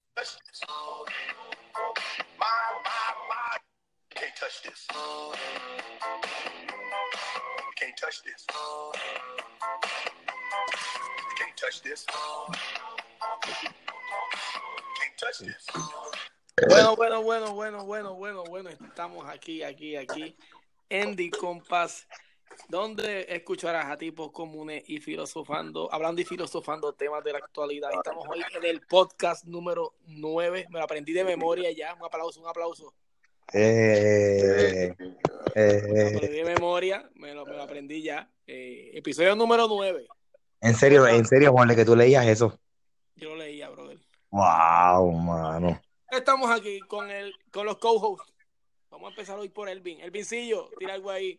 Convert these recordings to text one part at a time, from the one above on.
touch this. My, my, my. You can't touch this. You can't touch this. You can't touch this. You can't touch this. Bueno, bueno, bueno, bueno, bueno, bueno, bueno. Estamos aquí, aquí, aquí. Andy Compass, donde escucharás a tipos comunes y filosofando, hablando y filosofando temas de la actualidad. Estamos hoy en el podcast número 9. Me lo aprendí de memoria ya. Un aplauso, un aplauso. Eh, Me lo eh, aprendí de memoria, me lo, me lo aprendí ya. Eh, episodio número 9. en serio, en serio, Juanle, que tú leías eso. Yo lo leía, brother. Wow, mano. Estamos aquí con el, con los co-hosts. Vamos a empezar hoy por Elvin. Elvincillo, tira algo ahí.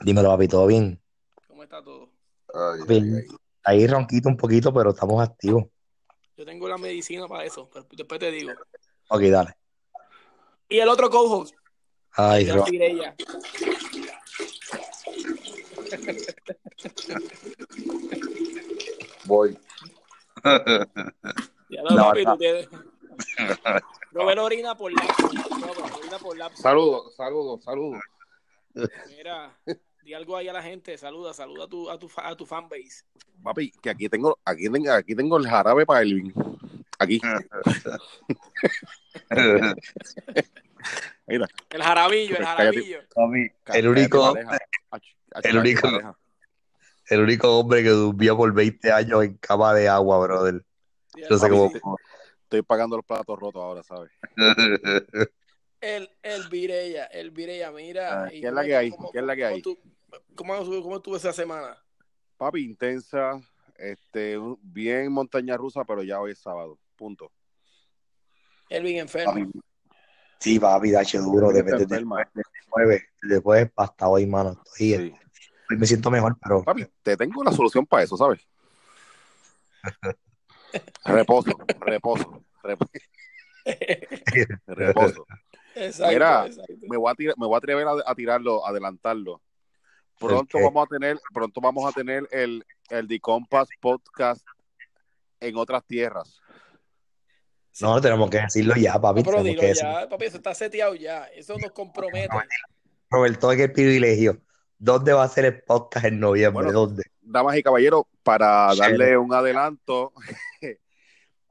Dímelo, papi, ¿todo bien? ¿Cómo está todo? Ay, Papi, ay, ay. ahí ronquito un poquito, pero estamos activos. Yo tengo la medicina para eso, pero después te digo. Ok, dale. Y el otro co-host, Ay, ya ron. tiré ya. Voy. Ya lo La papi, verdad. tú tienes. Robert orina por lapso. Robert orina por lapso. Saludos, saludos, saludos. Mira, di algo ahí a la gente. Saluda, saluda a tu, a tu, fa- a tu fanbase. Papi, que aquí tengo, aquí tengo, aquí tengo el jarabe para Elvin. Aquí. Mira, El jarabillo, el Cállate. jarabillo. Papi, cállate, único- pareja. Ach, ach, el único- pareja. el único hombre que durmió por 20 años en cama de agua, brother. Di Yo sé el- cómo. Estoy pagando los platos rotos ahora, ¿sabes? El, el Vireya, el Vireya, mira. Ah, y ¿qué es la cómo- que hay? cómo- ¿Qué es la que cómo hay? tú- ¿Cómo, cómo estuvo esa semana? Papi, intensa, este, un- bien montaña rusa, pero ya hoy es sábado. Punto. Elvin enfermo. Papi. Sí, papi, dache duro. Está Depende de enferma. jueves. Después hasta hoy, mano. Estoy, Sí. hoy me siento mejor, pero. Papi, te tengo la solución para eso, ¿sabes? Reposo, reposo, reposo. reposo. Exacto, Mira, exacto. Me voy a, tirar- me voy a atrever a, a tirarlo, a adelantarlo. Pronto Ok. vamos a tener, pronto vamos a tener el, el The Compass Podcast en otras tierras. No, tenemos que decirlo ya, papi. No, pero tenemos dilo que decirlo. ya, papi, eso está seteado ya. Eso nos compromete. Roberto, qué privilegio. ¿Dónde va a ser el podcast en noviembre? Bueno, ¿Dónde? Damas y caballeros, para Sí. darle un adelanto,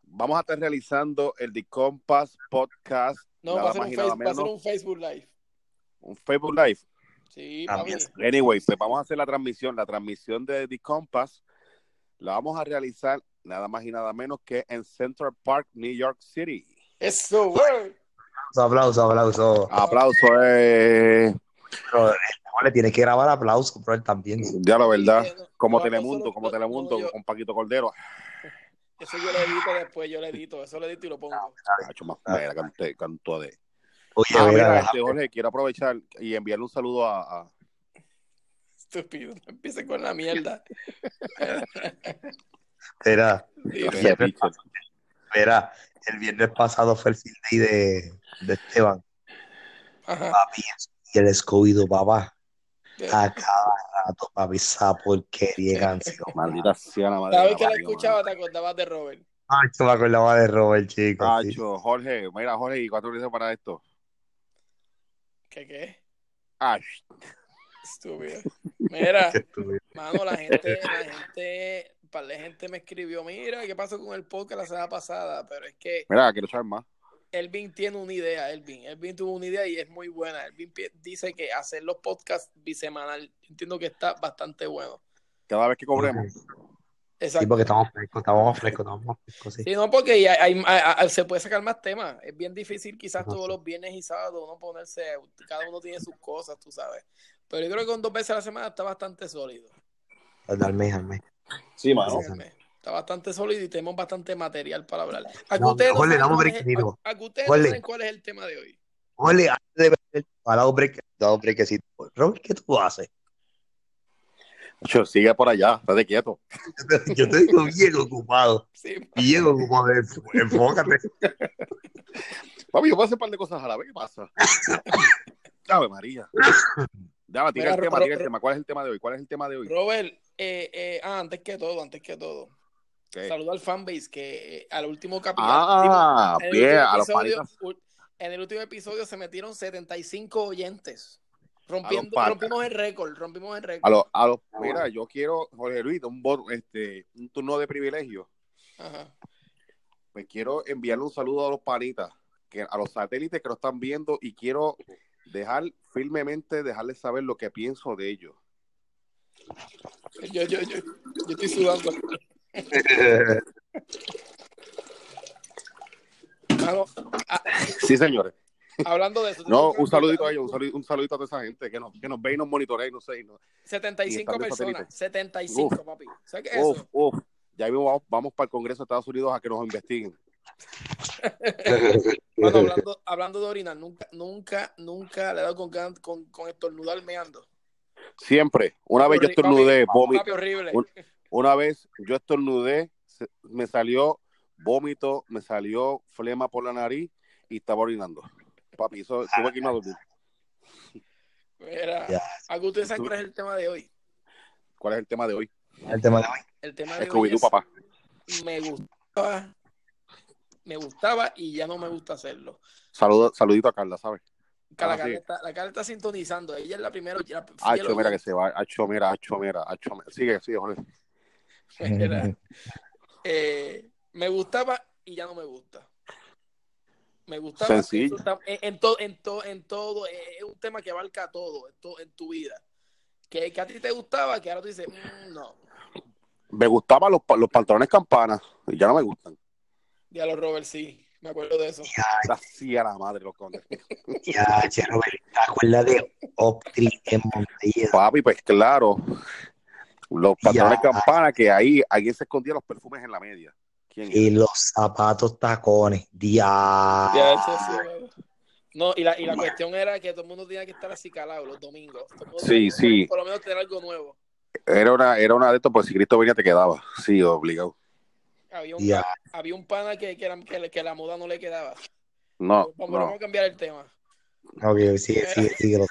vamos a estar realizando el The Compass Podcast, No, va nada a, ser más un y nada face- va a ser menos, un Facebook Live. un Facebook Live. Sí, Ah, papi. yes. Anyway, pues vamos a hacer la transmisión. La transmisión de The Compass la vamos a realizar nada más y nada menos que en Central Park, New York City. Eso, güey. Aplausos, aplausos. Aplauso, eh. Pero, eh, Le tienes que grabar aplausos, bro, también. Ya la verdad. Sí, no, Como no, Telemundo, eso- como no, Telemundo, no, yo- con Paquito Cordero. Eso yo lo edito después, yo lo edito, eso lo edito y lo pongo. Cacho, más mera, canté- canto de. Oye, Ah, mira, mira, deja- este, Jorge, quiero aprovechar y enviarle un saludo a, a- Estúpido, no empieces con la mierda. mira, Sí, Sí, a- pero- mira, el viernes pasado fue el fin de, de, de Esteban, ajá. papi, y el escobido, papá. ¿Qué? A cada rato, papi, esa porquería de canción. Maldita sea la madre. Cada vez la que la parió, escuchaba te acordabas de Robert. Macho, me acordaba de Robert, chicos. mano. Pues sí. Cacho, Jorge, mira, Jorge, ¿y cuánto dices para esto? Ah, ¿Qué qué? Ay, Estúpido. Mira, Qué estúpido. mano, la gente, la gente, un par de gente me escribió, mira, ¿qué pasó con el podcast la semana pasada? Pero es que mira, quiero saber más. Elvin tiene una idea, Elvin. Elvin tuvo una idea y es muy buena. Elvin pi- dice que hacer los podcasts bisemanal, entiendo que está bastante bueno. Cada vez que cobremos. Sí, Exacto. porque estamos frescos, estamos frescos, estamos más frescos, sí. Sí, no, porque ya hay- hay- hay- se puede sacar más temas. Es bien difícil quizás Ajá. todos los viernes y sábados uno ponerse, cada uno tiene sus cosas, tú sabes. Pero yo creo que con dos veces a la semana está bastante sólido. Dale, al mes, al mes. Sí, mano. Ese mes. Está bastante sólido y tenemos bastante material para hablar. A que No, ustedes no Jorge, saben damos cuál es el- break, Nino. a- a que ustedes Jorge. no saben cuál es el tema de hoy. Ole, antes de ver el parado break, dado brequecito. Robert, ¿qué tú haces? Cacho, sigue por allá, estate quieto. Yo te digo bien ocupado, Sí, bien ocupado. enf- Enfócate. Papi, yo voy a hacer un par de cosas a la vez, ¿qué pasa? Ave María. Dame, tira Mira, el tema, Ro- tira el Ro- tema. ¿Cuál es el tema de hoy? ¿Cuál es el tema de hoy? Robert, eh, eh, ah, antes que todo, antes que todo, Ok. Saludo al fanbase que eh, al último capítulo. Ah, en el bien, último a los episodio- panitas. u- En el último episodio se metieron 75 oyentes. Rompiendo, patas. rompimos el récord, rompimos el A récord. los, a los, mira, yo quiero, Jorge Luis, un, bono- este, un turno de privilegio. Ajá. Me quiero enviarle un saludo a los panitas, que, a los satélites que nos están viendo y quiero dejar firmemente, dejarles saber lo que pienso de ellos. Yo, yo, yo, yo estoy sudando. Mano, Sí, señores. hablando de eso. No, un saludito a ellos, un saludito, un saludito a toda esa gente que nos, que nos ve y nos monitorea y no sé. y no- 75 Y están de personas. 75, Uf. papi. ¿Sabes qué es Uf, eso? uf. Ya mismo vamos, vamos para el Congreso de Estados Unidos a que nos investiguen. Mano, hablando, hablando de orinar, nunca, nunca, nunca le he dado con, gan- con, con estornudar meando. Siempre. Una vez yo Horrible, estornudé, vómito. Papi, horrible. Un- Una vez yo estornudé, se- me salió vómito, me salió flema por la nariz y estaba orinando. Papi, eso tuve que irme a dormir. Mira, Ya. Augusto, ¿sabes cuál es el tema de hoy? ¿Cuál es el tema de hoy? El tema de hoy. El tema de hoy Scooby-Doo, es papá. me gustaba, me gustaba y ya no me gusta hacerlo. Saludo, saludito a Carla, ¿sabes? Que la, Ah, sí. cara está, la Carla está sintonizando. Ella es la primera. ya- Acho, mira fiel que se va. Acho, mira, acho, mira, acho, mira. Sigue, sigue, Jorge. oyente. Mira, eh, me gustaba y ya no me gusta. Me gustaba. Sencillo. eso está- en, en todo, en, todo, en todo, eh, es un tema que abarca todo, en, to- en tu vida. Que, que a ti te gustaba, que ahora tú dices, "Mm, no. Me gustaban los, pa- los pantalones campanas y ya no me gustan. Diablo, Robert, sí, me acuerdo de eso. Así a la madre los condes. Ya, che, Robert, ¿te acuerdas de Octri en Montelledra? Papi, pues claro. Los pantalones Ya. campana que ahí alguien se escondía los perfumes en la media. ¿Quién? Y los zapatos tacones. Ya. Ya, eso sí, bueno. No, y la, y la cuestión era que todo el mundo tenía que estar así calado los domingos. Todo el mundo Sí, tenía que sí. Por lo menos tener algo nuevo. Era una, era una de estos, pues si Cristo venía te quedaba. Sí, obligado. Había un, Ya. había un pana que, que, era- que, le- que la moda no le quedaba. No, vamos, vamos Ah, no. a cambiar el tema. Ok, sigue, sigue, sigue. lo-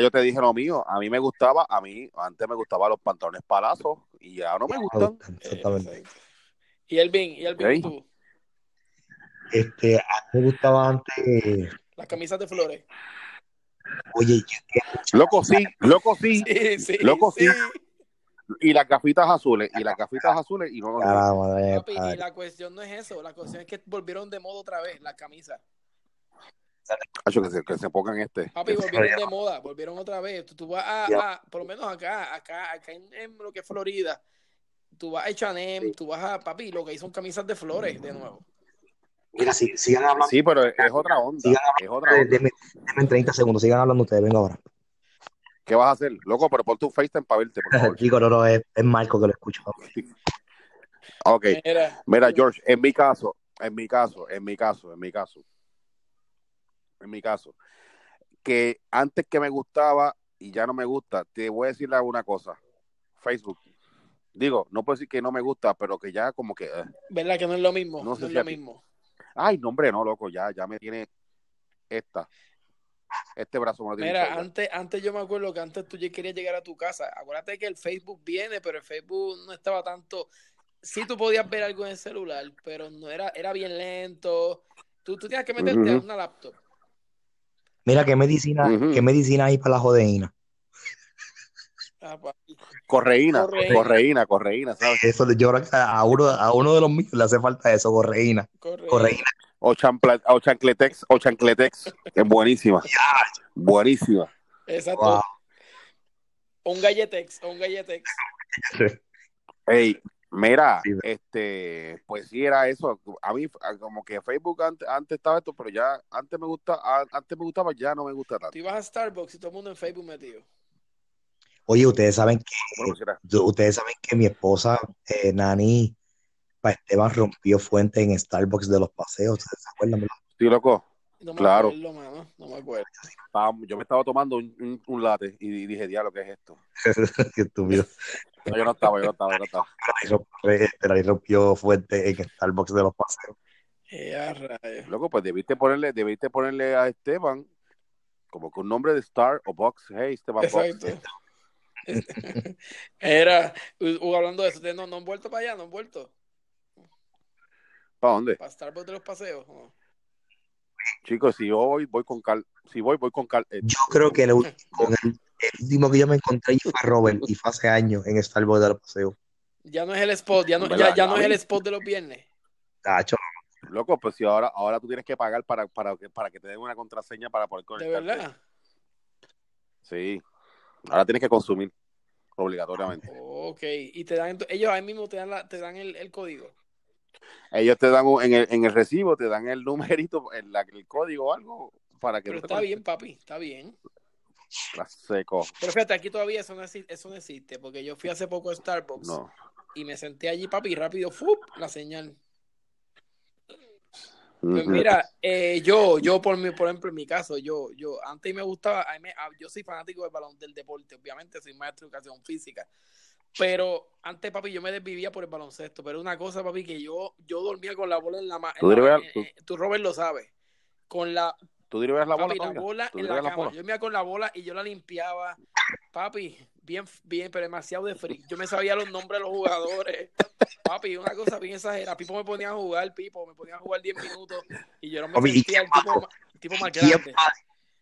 Yo te dije lo mío. A mí me gustaba, a mí antes me gustaban los pantalones palazos y ya no me gustan. Exactamente. Exacto. Eh, Y Elvin, y Elvin, Ok. tú, Este, a mí me gustaba antes. las camisas de flores. Oye, yo que Loco sí, loco sí. Sí, sí, Loco, sí. sí. Y las gafitas azules, y las gafitas azules, y no, no, no. cara, madre de Papi, y eh, padre. la cuestión no es eso, la cuestión es que volvieron de moda otra vez las camisas. Acho, que, se, que se pongan este. Papi, Eso volvieron ya. de moda, volvieron otra vez. Tú, tú vas a, Ya. a- por lo menos acá, acá, acá en, en lo que es Florida, tú vas a H&M, tú vas a, papi, lo que hay son camisas de flores de nuevo. Mira, sí, sigan hablando. Sí, pero es otra onda. Es otra Eh, onda. Denme, denme 30 segundos, sigan hablando ustedes, venga ahora. ¿Qué vas a hacer? Loco, pero pon tu FaceTime para verte, por favor. Digo, no, no, es, es Marco que lo escucho. Ok. Mira, Mira, George, en mi caso, en mi caso, en mi caso, en mi caso, en mi caso, que antes que me gustaba y ya no me gusta, te voy a decir una cosa, Facebook. Digo, no puedo decir que no me gusta, pero que ya como que, eh. ¿verdad que no es lo mismo? No No, sé es si lo a ti- mismo. ay, no hombre, no, loco, ya, ya me tiene esta, este brazo me lo tiene Mira, hinchado ya. antes, antes yo me acuerdo que antes tú ya querías llegar a tu casa. Acuérdate que el Facebook viene, pero el Facebook no estaba tanto. Sí, tú podías ver algo en el celular, pero no era, era bien lento. Tú, tú tenías que meterte a Ujú. una laptop. Mira, ¿qué medicina, Ujú. qué medicina hay para la jodeína? Ah, papi. Correína, Correína. correína, correína, ¿sabes? Eso, yo creo que a uno, a uno de los míos le hace falta eso, correína. Corre. Correína. O, champla- o chancletex, o chancletex, es buenísima, buenísima. Exacto. Wow. Un galletex, un galletex. Ey, mira, Sí. este, pues sí era eso. A mí a- como que Facebook ante- antes, estaba esto, pero ya antes me gusta, a- antes me gustaba, ya no me gusta tanto. Tú ibas a Starbucks y todo el mundo en Facebook metido. Oye, ustedes saben que, Bueno, pues era- yo- ustedes saben que mi esposa, eh, Nani, para Esteban rompió fuente en Starbucks de los paseos. ¿Ustedes se acuerdan? sí, loco. No me Claro. acuerdo, mano. No me acuerdo. Estábamos- yo me estaba tomando un, un, un latte y, dije, diablo, ¿qué es esto? Qué estúpido. No, yo no estaba, yo no estaba, yo no estaba. Nani rompió- este, Nani rompió fuente en Starbucks de los paseos. Eh, a rayos. Loco, pues debiste ponerle, debiste ponerle a Esteban como que un nombre de Star o Box. Hey, Esteban Box. Exacto. Era, u- u- hablando de eso, de, no, no han vuelto para allá, no han vuelto. ¿Para dónde? Para Starbucks de los paseos. no. Chicos, si yo voy, voy con Cal. Si voy, voy con Cal. eh, Yo creo que el, ul- con el, el último que yo me encontré allí fue Robert y fue hace años en Starbucks del Paseo. Ya no es el spot, ya no, ya, ¿Verdad? ya no es el spot de los viernes. Tacho, Loco, pues si ahora, ahora tú tienes que pagar para, para, que- para que te den una contraseña para poder De conectarte. verdad. Sí. Ahora tienes que consumir obligatoriamente. Ok. Y te dan, ento- ellos ahí mismo te dan, la, te dan el, el código. Ellos te dan un- en, el, en el recibo, te dan el numerito, el, la- el código o algo para que Pero tú te está bien, papi, está bien. conectes. La seco. Pero fíjate, aquí todavía eso no, existe, eso no existe, porque yo fui hace poco a Starbucks No. y me senté allí, papi, y rápido, ¡fup! la señal. Pues Ujú. mira, eh, yo, yo por mi, por ejemplo, en mi caso, yo, yo, antes me gustaba, a mí me- a- yo soy fanático del balón del deporte, obviamente soy maestro de educación física, pero antes, papi, yo me desvivía por el baloncesto, pero una cosa, papi, que yo, yo dormía con la bola en la mano, Tú dribblas- tú- tú Robert lo sabes, con la, ¿Tú diriges la bola papi, la todavía? bola ¿Tú en la dribblas la cama. bola? Yo me iba con la bola y yo la limpiaba. Papi, bien, bien, pero demasiado de frío. Yo me sabía los nombres de los jugadores. Papi, una cosa bien exagerada. Pipo me ponía a jugar, Pipo, me ponía a jugar 10 minutos y yo no me Papi, ¿y sentía quién el tipo, mató? ma- el tipo más ¿quién grande. mató?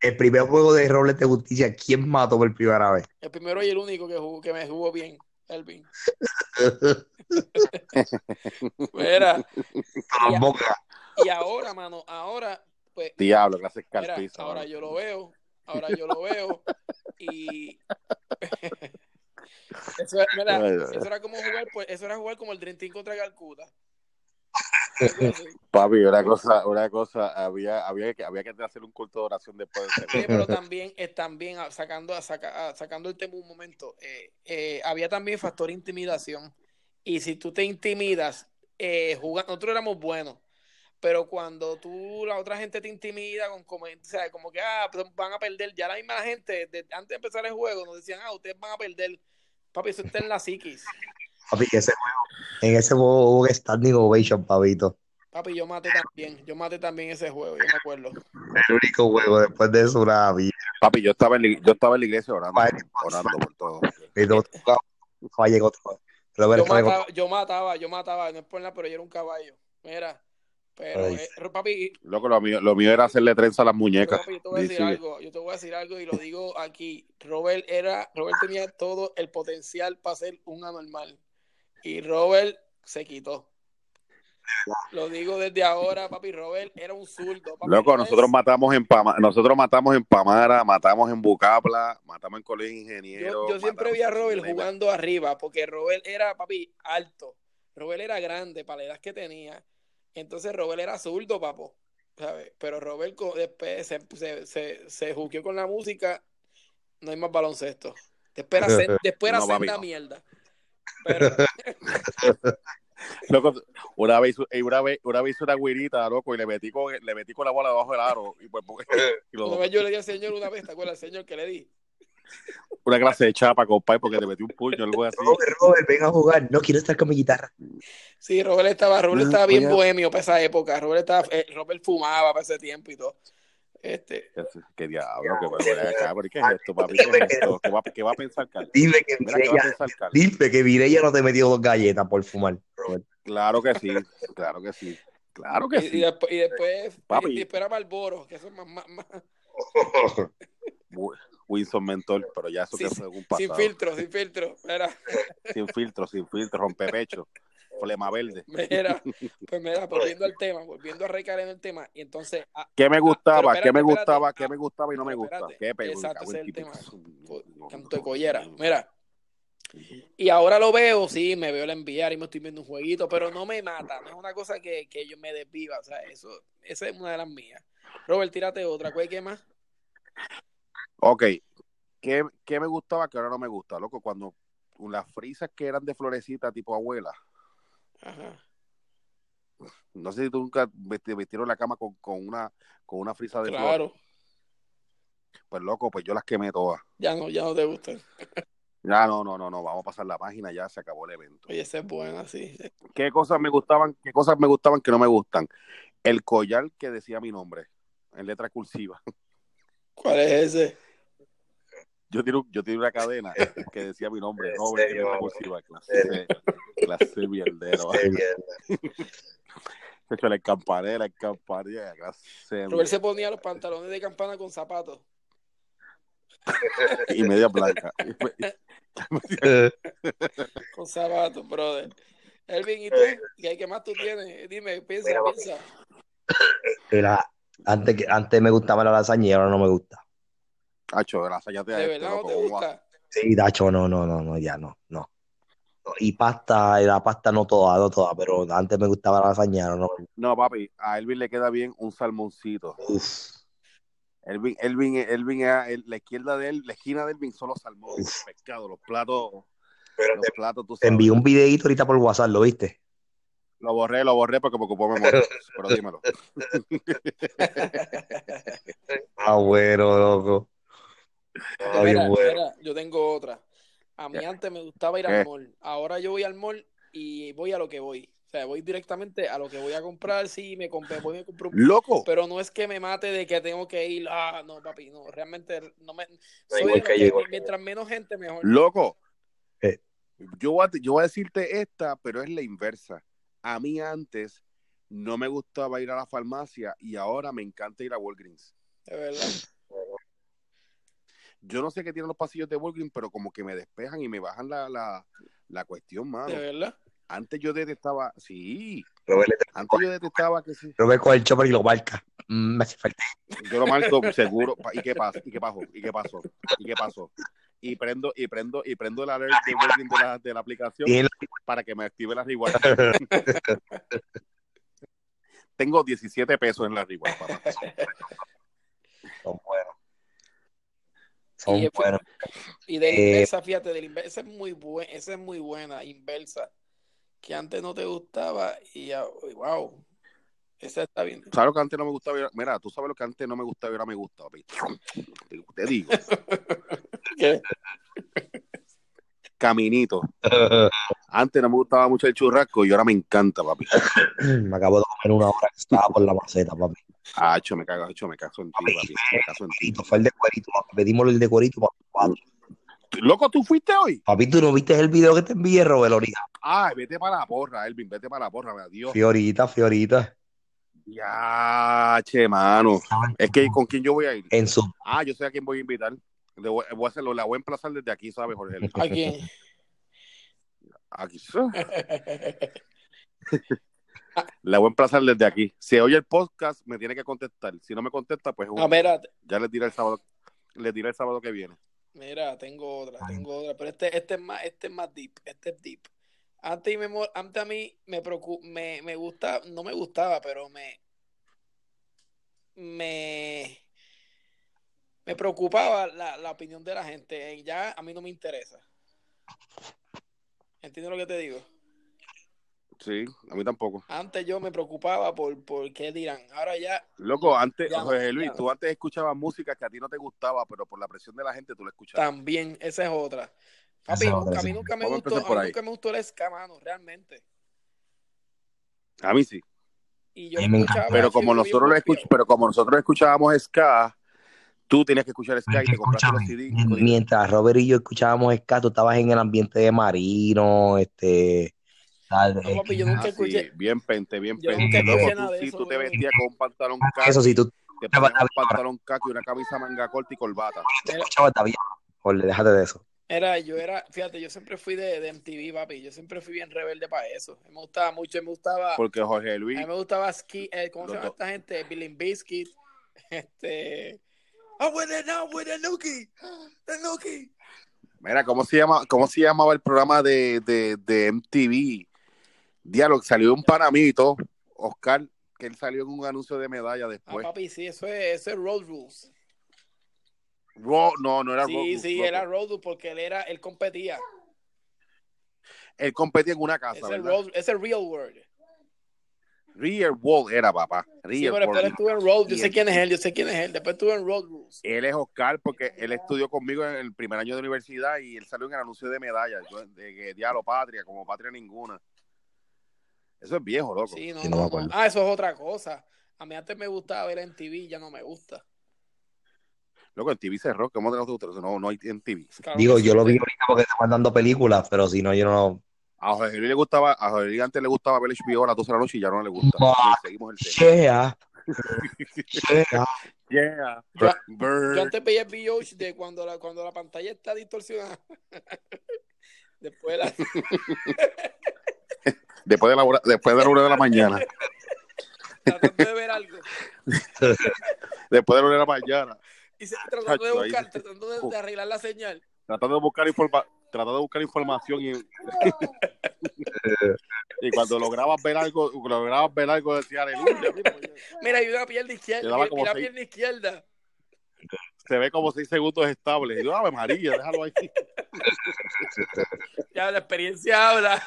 el primer juego de Robles de Justicia, ¿quién mató por primera vez? El primero y el único que jugó, que me jugó bien, Elvin. Mira, Con Ya. la boca. y ahora, mano, ahora, pues, Diablo, clase Mira, cartiza. ahora mano. yo lo veo, ahora yo lo veo y eso, mira, Ay, eso era como jugar, pues, eso era jugar como el Dream Team contra Calcuta. Sí, Papi, una cosa, una cosa, había, había que, había que hacer un culto de oración después de ese pero también, eh, también ah, sacando, ah, saca- ah, sacando el tema un momento, eh, eh, había también factor intimidación. Y si tú te intimidas, eh, juga- nosotros éramos buenos. Pero cuando tú, la otra gente te intimida con como, o sea, como que ah, pues van a perder, ya la misma gente, desde antes de empezar el juego, nos decían, ah, ustedes van a perder. Papi, eso está en la psiquis. Papi, ese juego, en ese juego hubo un standing ovation, papito. Papi, yo maté también, yo maté también ese juego, yo me acuerdo. El único juego después de eso, una vida. Papi, yo estaba en la, yo estaba en la iglesia orando, Vale. orando por todo. Y no tocaba, fallé con todo. Robert Yo fue mataba, yo mataba, yo mataba, no es por nada, pero yo era un caballo. Mira, pero Ay. eh, papi, Loco, lo mío, lo mío era hacerle trenza a las muñecas. Papi, yo te voy a decir Sigue. algo, yo te voy a decir algo y lo digo aquí. Robert era, Robert tenía todo el potencial para ser un anormal. Y Robert se quitó. Lo digo desde ahora, papi, Robert era un zurdo. papi, Loco, Robert- nosotros matamos en Pama- nosotros matamos en Pamara, matamos en Bucapla, matamos en Colegio Ingeniero. Yo, yo siempre matamos vi a en Robert Leyva. jugando arriba, porque Robert era, papi, alto. Robert era grande para la edad que tenía. Entonces Robert era zurdo, papo. ¿sabes? Pero Robert co- después se, se, se, se juqueó con la música. No hay más baloncesto. Te espera hacer, te espera No, hacer papi, la no. mierda. Pero, Loco, una vez, hizo- eh, una vez, una vez hice una güirita, loco, y le metí con, le metí con la bola debajo del aro. Y pues, y lo- una vez yo le di al señor una vez, ¿te acuerdas? Al señor que le di. una clase de chapa, compadre, porque le metí un puño, algo así. Robert, Robert, ven a jugar. No quiero estar con mi guitarra. Sí, Robert estaba, Robert No, estaba bien voy a- bohemio para esa época. Robert, estaba, eh, Robert fumaba para ese tiempo y todo. Este, Qué- Qué diablo, que me viene acá, pero ¿qué es esto, papi? ¿Qué es esto? ¿Qué va, qué va a pensar Carlos? Dime que Mira, ¿qué va a Mireya, pensar Carlos? dime que Mireya no te metió dos galletas por fumar, Robert. Claro que sí, claro que sí, claro que Y, y sí. después, y después Papi. y- y esperaba el Boro, que eso es más, más- más- Wi- Wilson Mentor, pero ya eso Sí, que sí, fue un sin pasado. filtro, sin filtro. Mira, Sin filtro, sin filtro, rompepecho, Eh, flema verde. mira, pues mira, volviendo al tema, volviendo a recaer en el tema, y entonces, ah, ¿Qué me gustaba? Pero ¿Qué me espérate, gustaba? espérate. ¿Qué me gustaba y no me Pero gusta? espérate. ¿Qué pe- Exacto, cago en ese es el tipo. canto de collera, mira. Y ahora lo veo, sí, me veo el enviar y me estoy viendo un jueguito, pero no me mata, no es una cosa que, que yo me desviva, o sea, eso, esa es una de las mías. Robert, tírate otra, ¿cuál que más? Ok, ¿Qué, ¿qué me gustaba que ahora no me gusta? Loco, cuando las frisas que eran de florecita tipo abuela, Ajá. no sé si tú nunca ve- te vestieron la cama con, con una con una frisa de flor. Claro, Pues loco, pues yo las quemé todas. ya no, ya no te gusta. Ya, no, no, no, no, vamos a pasar la página, ya se acabó el evento. Oye, esa es buena, sí. ¿Qué cosas me gustaban? ¿Qué cosas me gustaban que no me gustan? El collar que decía mi nombre en letra cursiva. ¿Cuál es ese? Yo tenía, un- yo tenía una cadena que decía mi nombre, En Robert, serio, en la Robert. cursiva, clase, clase mierdero. Qué mierda. De hecho, la campanera, la campanera, clase Robert se ponía los pantalones de campana con zapatos. y media blanca. Con zapatos, brother. Elvin, ¿y tú? ¿Qué, qué más tú tienes? Dime, piensa, Eh. Mira, piensa. Era- antes, que- antes me gustaba la lasaña y ahora no me gusta. Hacho, gracias, ya te ¿De verdad no te gusta? Sí, Dacho, no, no, no, no, ya no, no. No, Y pasta, y la pasta no toda, no toda, pero antes me gustaba la lasaña, ahora no. No, papi, a Elvin le queda bien un salmoncito. Uf, Elvin, Elvin, Elvin, eh, el- la izquierda de él, la esquina de Elvin son los Uf. salmones, los pescados, los platos, Pero los platos, tú te sabes. envié un videito ahorita por WhatsApp, ¿lo viste? Lo borré, lo borré porque me ocupó memoria, pero dímelo. Ah, bueno, loco. Pero Ah, bien mira, bueno. mira, yo tengo otra. A mí antes me gustaba ir ¿Qué? al mall. Ahora yo voy al mall y voy a lo que voy. O sea, voy directamente a lo que voy a comprar. Sí, me compré, voy a comprar un... ¡Loco! Pero no es que me mate de que tengo que ir. Ah, no, papi, no. Realmente no me... soy igual de los que yo, igual que mientras menos gente, mejor. Loco, Eh. yo, voy a, yo voy a decirte esta, pero es la inversa. A mí antes no me gustaba ir a la farmacia y ahora me encanta ir a Walgreens. De verdad. Yo no sé qué tienen los pasillos de Walgreens, pero como que me despejan y me bajan la, la, la cuestión, mano. De verdad. Antes yo detestaba, sí, Robert le está- antes yo detestaba que sí. Robert coge el chopper y lo marca. Mm, me hace falta. Yo lo marco seguro. pa- ¿Y qué pasa? ¿Y qué pasó? ¿Y qué pasó? ¿Y qué pasó? Y prendo, y prendo, y prendo el alert de Walgreens de la, de la aplicación Tiene para que me active la reward. Tengo 17 pesos en la reward, papá. Son buenos. Son Y es buenos. Y de la Eh, inversa, fíjate, de la inversa es muy buena, esa es muy buena, inversa, que antes no te gustaba y ya, wow, esa está bien. ¿Sabes lo que antes no me gustaba? y ahora- Mira, tú sabes lo que antes no me gustaba y ahora me gusta, papi. Te- Te digo, ¿Qué? caminito. Antes no me gustaba mucho el churrasco y ahora me encanta, papi. Me acabo de comer una hora que estaba por la maceta, papi. Ah, cho, me cago, cho, me caso en ti, papi. Me caso en ti. Papito, fue el de cuerito, papi. pedimos el de cuerito, papi. cuatro. Loco, ¿tú fuiste hoy? Papi, ¿tú no viste el video que te envié, Robert? Ahorita. Ay, vete para la porra, Elvin, vete para la porra, adiós. Fiorita, Fiorita. Ya, che, mano. Es que con quién yo voy a ir. En su. Ah, yo sé a quién voy a invitar. Le voy, voy a hacerlo, la voy a emplazar desde aquí, ¿sabes, Jorge? ¿A quién? Aquí. La voy a emplazar desde aquí. Si oye el podcast, me tiene que contestar. Si no me contesta, pues No, Ah, mira, ya le diré el sábado. Le diré el sábado que viene. mira, tengo otra, tengo otra, pero este, este es más, este es más deep, este es deep. Antes, me, mo- antes a mí me, preocu- me, me gusta, no me gustaba, pero me, me, me preocupaba la, la opinión de la gente. eh, Ya a mí no me interesa. ¿Entiendes lo que te digo? Sí, a mí tampoco. Antes yo me preocupaba por, por qué dirán. Ahora ya, Loco, antes, Ya, Jorge Luis, ya. tú antes escuchabas música que a ti no te gustaba, pero por la presión de la gente tú la escuchabas. también, esa es otra. Papi, Esa es otra, a mí sí. nunca me Vamos a gustó, empezar por a mí ahí. nunca me gustó el ska, mano, realmente. A mí sí. Y yo A mí me escuchaba Pero como Chico Bien nosotros lo escuch- Golpeado. pero como nosotros escuchábamos ska, tú tenías que escuchar ska y te compraste los CD. Escúchame, Mientras Robert y yo escuchábamos ska, tú estabas en el ambiente de Marino, este. tal, No, papi, yo eh, nunca Ah, sí, escuché. bien pente, bien Yo pente. nunca Loco, escuché nada tú de sí, eso, tú te brother. vestías con un pantalón khaki, Ah, Eso sí, tú te ponías un pantalón khaki, una camisa manga corta y corbata. Era- escuchabas también. Jorge, déjate de eso. Era, yo era, fíjate, yo siempre fui de, de MTV, papi. Yo siempre fui bien rebelde para eso. Me gustaba mucho, me gustaba, Porque Jorge a Luis, mí me gustaba Ski, eh, ¿cómo Los se llama dos. esta gente? Billy Biscuit, este. I'm with it now, with the Nuki, the Nuki. mira, ¿cómo se llama, cómo se llamaba el programa de, de, de MTV? Diálogo, salió un pana mío y todo, Oscar, que él salió en un anuncio de medalla Ah, después. papi, sí, eso es, eso es Road Rules. Ro- no, no era sí, Ro- sí, loco. era Road Rules porque él era, él competía. Él competía en una Ese casa, es ¿verdad? Road, ese es Real World. Rear Wall era, papá. Sí, pero Rear Wall. después estuve en Road, yo Y sé el- quién es él, yo sé quién es él. Después estuve en Road Rules. Él es Oscar porque él estudió conmigo en el primer año de universidad y él salió en el anuncio de medalla, yo- de que diablo patria, como patria ninguna. Eso es viejo, loco. Sí, no, Sí, no, no me no. acuerdo. Ah, eso es otra cosa. A mí antes me gustaba ver en TV, ya no me gusta. Loco, en TV cerró. ¿Cómo te gusta? No, no hay en TV. Claro Digo, que yo sí. pues. lo vi ahorita porque estaban dando películas, pero si no, yo no. A Jorge Luis le gustaba, a Jorge Luis antes le gustaba ver HBO a las 12 de la noche y ya no le gusta. No. Seguimos el tema. Shea. Shea. Yeah. Yo- Burn. Yo antes veía el VOH de cuando la, cuando la pantalla está distorsionada. Después la... Después de la hora, después de la una de la mañana. tratando de ver algo. Después de la una de la mañana. Y se- tratando de Chacho, ahí buscar, sí. tratando de, de arreglar la señal. Tratando de buscar informa, tratando de buscar información y, y cuando lograbas ver algo, lograbas ver algo decía aleluya. mira, pues, mira". Mira, hay una pierna Le izquierda. daba Mira, como mira seis. pierna izquierda. se ve como seis segundos estables. Y yo, Ave María, déjalo ahí. Ya la experiencia habla.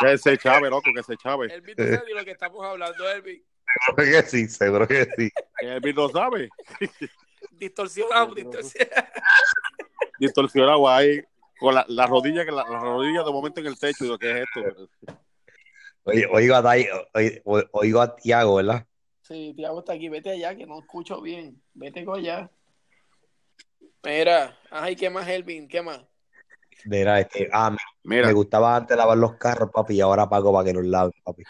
Que se chave, loco, que se chave. Elvin, tú sabes de lo que estamos hablando, Elvin. Seguro que sí, seguro que sí. Elvin no sabe. Distorsionado, distorsionado. Distorsionado ahí. Con la, la rodilla, que la, la rodilla de momento en el techo. Y yo, ¿qué es esto? Oye, oigo a, Dai- oí- o- oigo a Tiago, ¿verdad? Sí, Tiago está aquí. Vete allá, que no escucho bien. Vete con allá. Mira, ay, ¿qué más, Elvin? ¿Qué más? Mira, este, ah, me, Mira, me gustaba antes lavar los carros, papi, y ahora pago para que los laven, papi.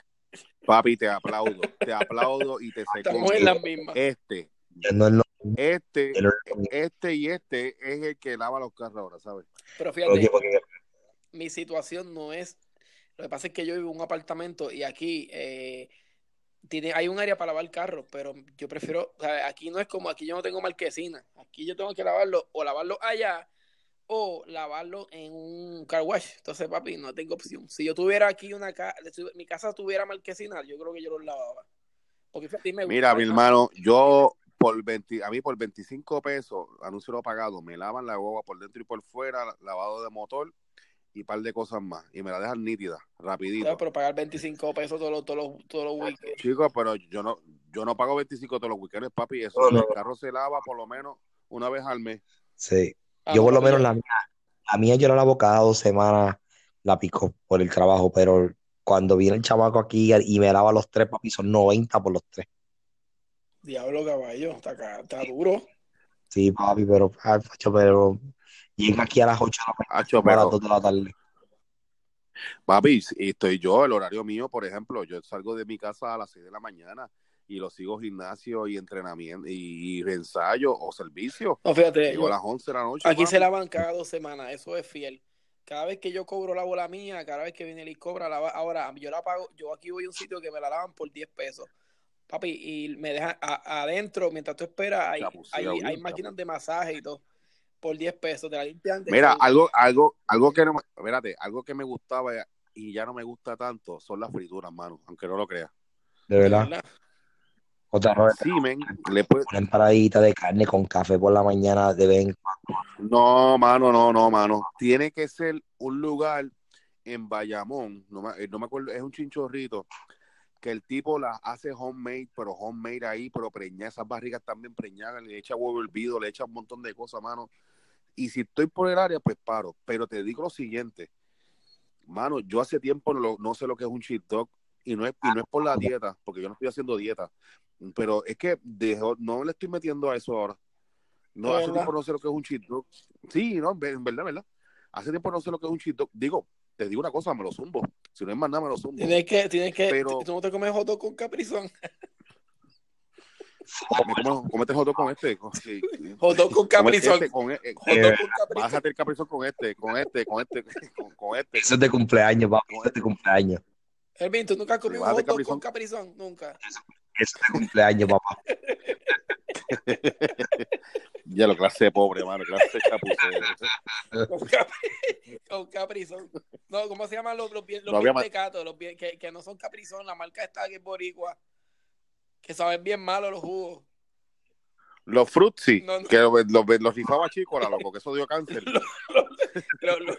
papi, te aplaudo. Te aplaudo y te Estamos seco. en las mismas. Este, No es lo- este, no es lo mismo, este y este es el que lava los carros ahora, ¿sabes? Pero oye, fíjate, porque- mi situación no es. Lo que pasa es que yo vivo en un apartamento y aquí eh, tiene, hay un área para lavar carros, pero yo prefiero. o sea, aquí no es como aquí yo no tengo marquesina. Aquí yo tengo que lavarlo o lavarlo allá o lavarlo en un car wash. Entonces, papi, no tengo opción. Si yo tuviera aquí una casa, mi casa tuviera marquesina, yo creo que yo los lavaba. Porque fíjate, a ti me gusta, Mira, mi ¿no? hermano, yo por 20, a mí por 25 pesos, anuncio no pagado, me lavan la guagua por dentro y por fuera, lavado de motor y par de cosas más. Y me la dejan nítida, rapidito. Claro, Pero pagar 25 pesos todos los, todos los, todos los weekends. Chicos, pero yo no, yo no pago 25 todos los weekends, papi. Eso, No, no. el carro se lava por lo menos una vez al mes. sí. Ah, Yo por no, lo menos papi, la mía, la mía yo la lavo cada dos semanas, la pico por el trabajo, pero cuando viene el chamaco aquí y me lava los tres, papi, son 90 por los tres. Diablo, caballo, está, ca- está duro. Sí, papi, pero, ay, macho, pero llega aquí a las 8 de la Acho, mañana, a pero, las 2 de la tarde. Ah, papi, y estoy yo, el horario mío, por ejemplo, yo salgo de mi casa a las 6 de la mañana y lo sigo gimnasio y entrenamiento y, y ensayo o servicio. No, fíjate, Llego yo- a las 11 de la noche. Eh, Aquí se papi. lavan cada dos semanas, eso es fiel. Cada vez que yo cobro la bola mía, cada vez que viene y cobra, la va- ahora yo la pago, yo aquí voy a un sitio que me la lavan por 10 pesos. Papi, y me dejan a- adentro, mientras tú esperas, hay, Chapucea, hay, bien, hay máquinas de masaje y todo, por 10 pesos, te la limpian. de Mira, todo. algo, algo, algo que no me, espérate, algo que me gustaba y ya no me gusta tanto son las frituras, mano, aunque no lo creas. De verdad. Otra vez, Sí, men, le puede- una empanadita de carne con café por la mañana, de ven. no, mano, no, no, mano. Tiene que ser un lugar en Bayamón, no me, eh, no me acuerdo, es un chinchorrito que el tipo las hace homemade, pero homemade ahí, pero preñada, esas barrigas también preñadas, le echa huevo hervido, le echa un montón de cosas, mano. Y si estoy por el área, pues paro. Pero te digo lo siguiente, mano, yo hace tiempo no, lo- no sé lo que es un cheat dog y no es, y no es por la dieta, porque yo no estoy haciendo dieta, pero es que dejo- no le estoy metiendo a eso ahora. No, ¿De hace verdad? tiempo no sé lo que es un cheat dog. Sí, no, en ver- en verdad, en verdad. Hace tiempo no sé lo que es un cheat dog. Digo, te digo una cosa, me lo zumbo. Si no es más nada, me lo zumbo. Tienes que, tienes que, Pero- tú no te comes hot dog con caprizón, Me como, comete joto con este. Con, sí, sí. hot dog con Comete caprizón, este, con, eh, eh, hot dog con caprizón. bájate el caprizón con este, con este, con este, con, con este. Eso es de cumpleaños, papi, eso es de cumpleaños. Elvin, tú nunca has comido un bájate hot dog caprizón. con caprizón, nunca. Eso es de cumpleaños, papá. Ya lo clase de pobre, mano, clase de chapucero. con, capri- con caprizón. No, ¿cómo se llaman los, los, bien- los No había bien ma- tecatos? Los bien- que, que no son caprizón, la marca está que es boricua. Que saben bien malo los jugos. Los frutzi, No, no. que los, los, los rifaba chico, la loco, que eso dio cáncer. Los, los,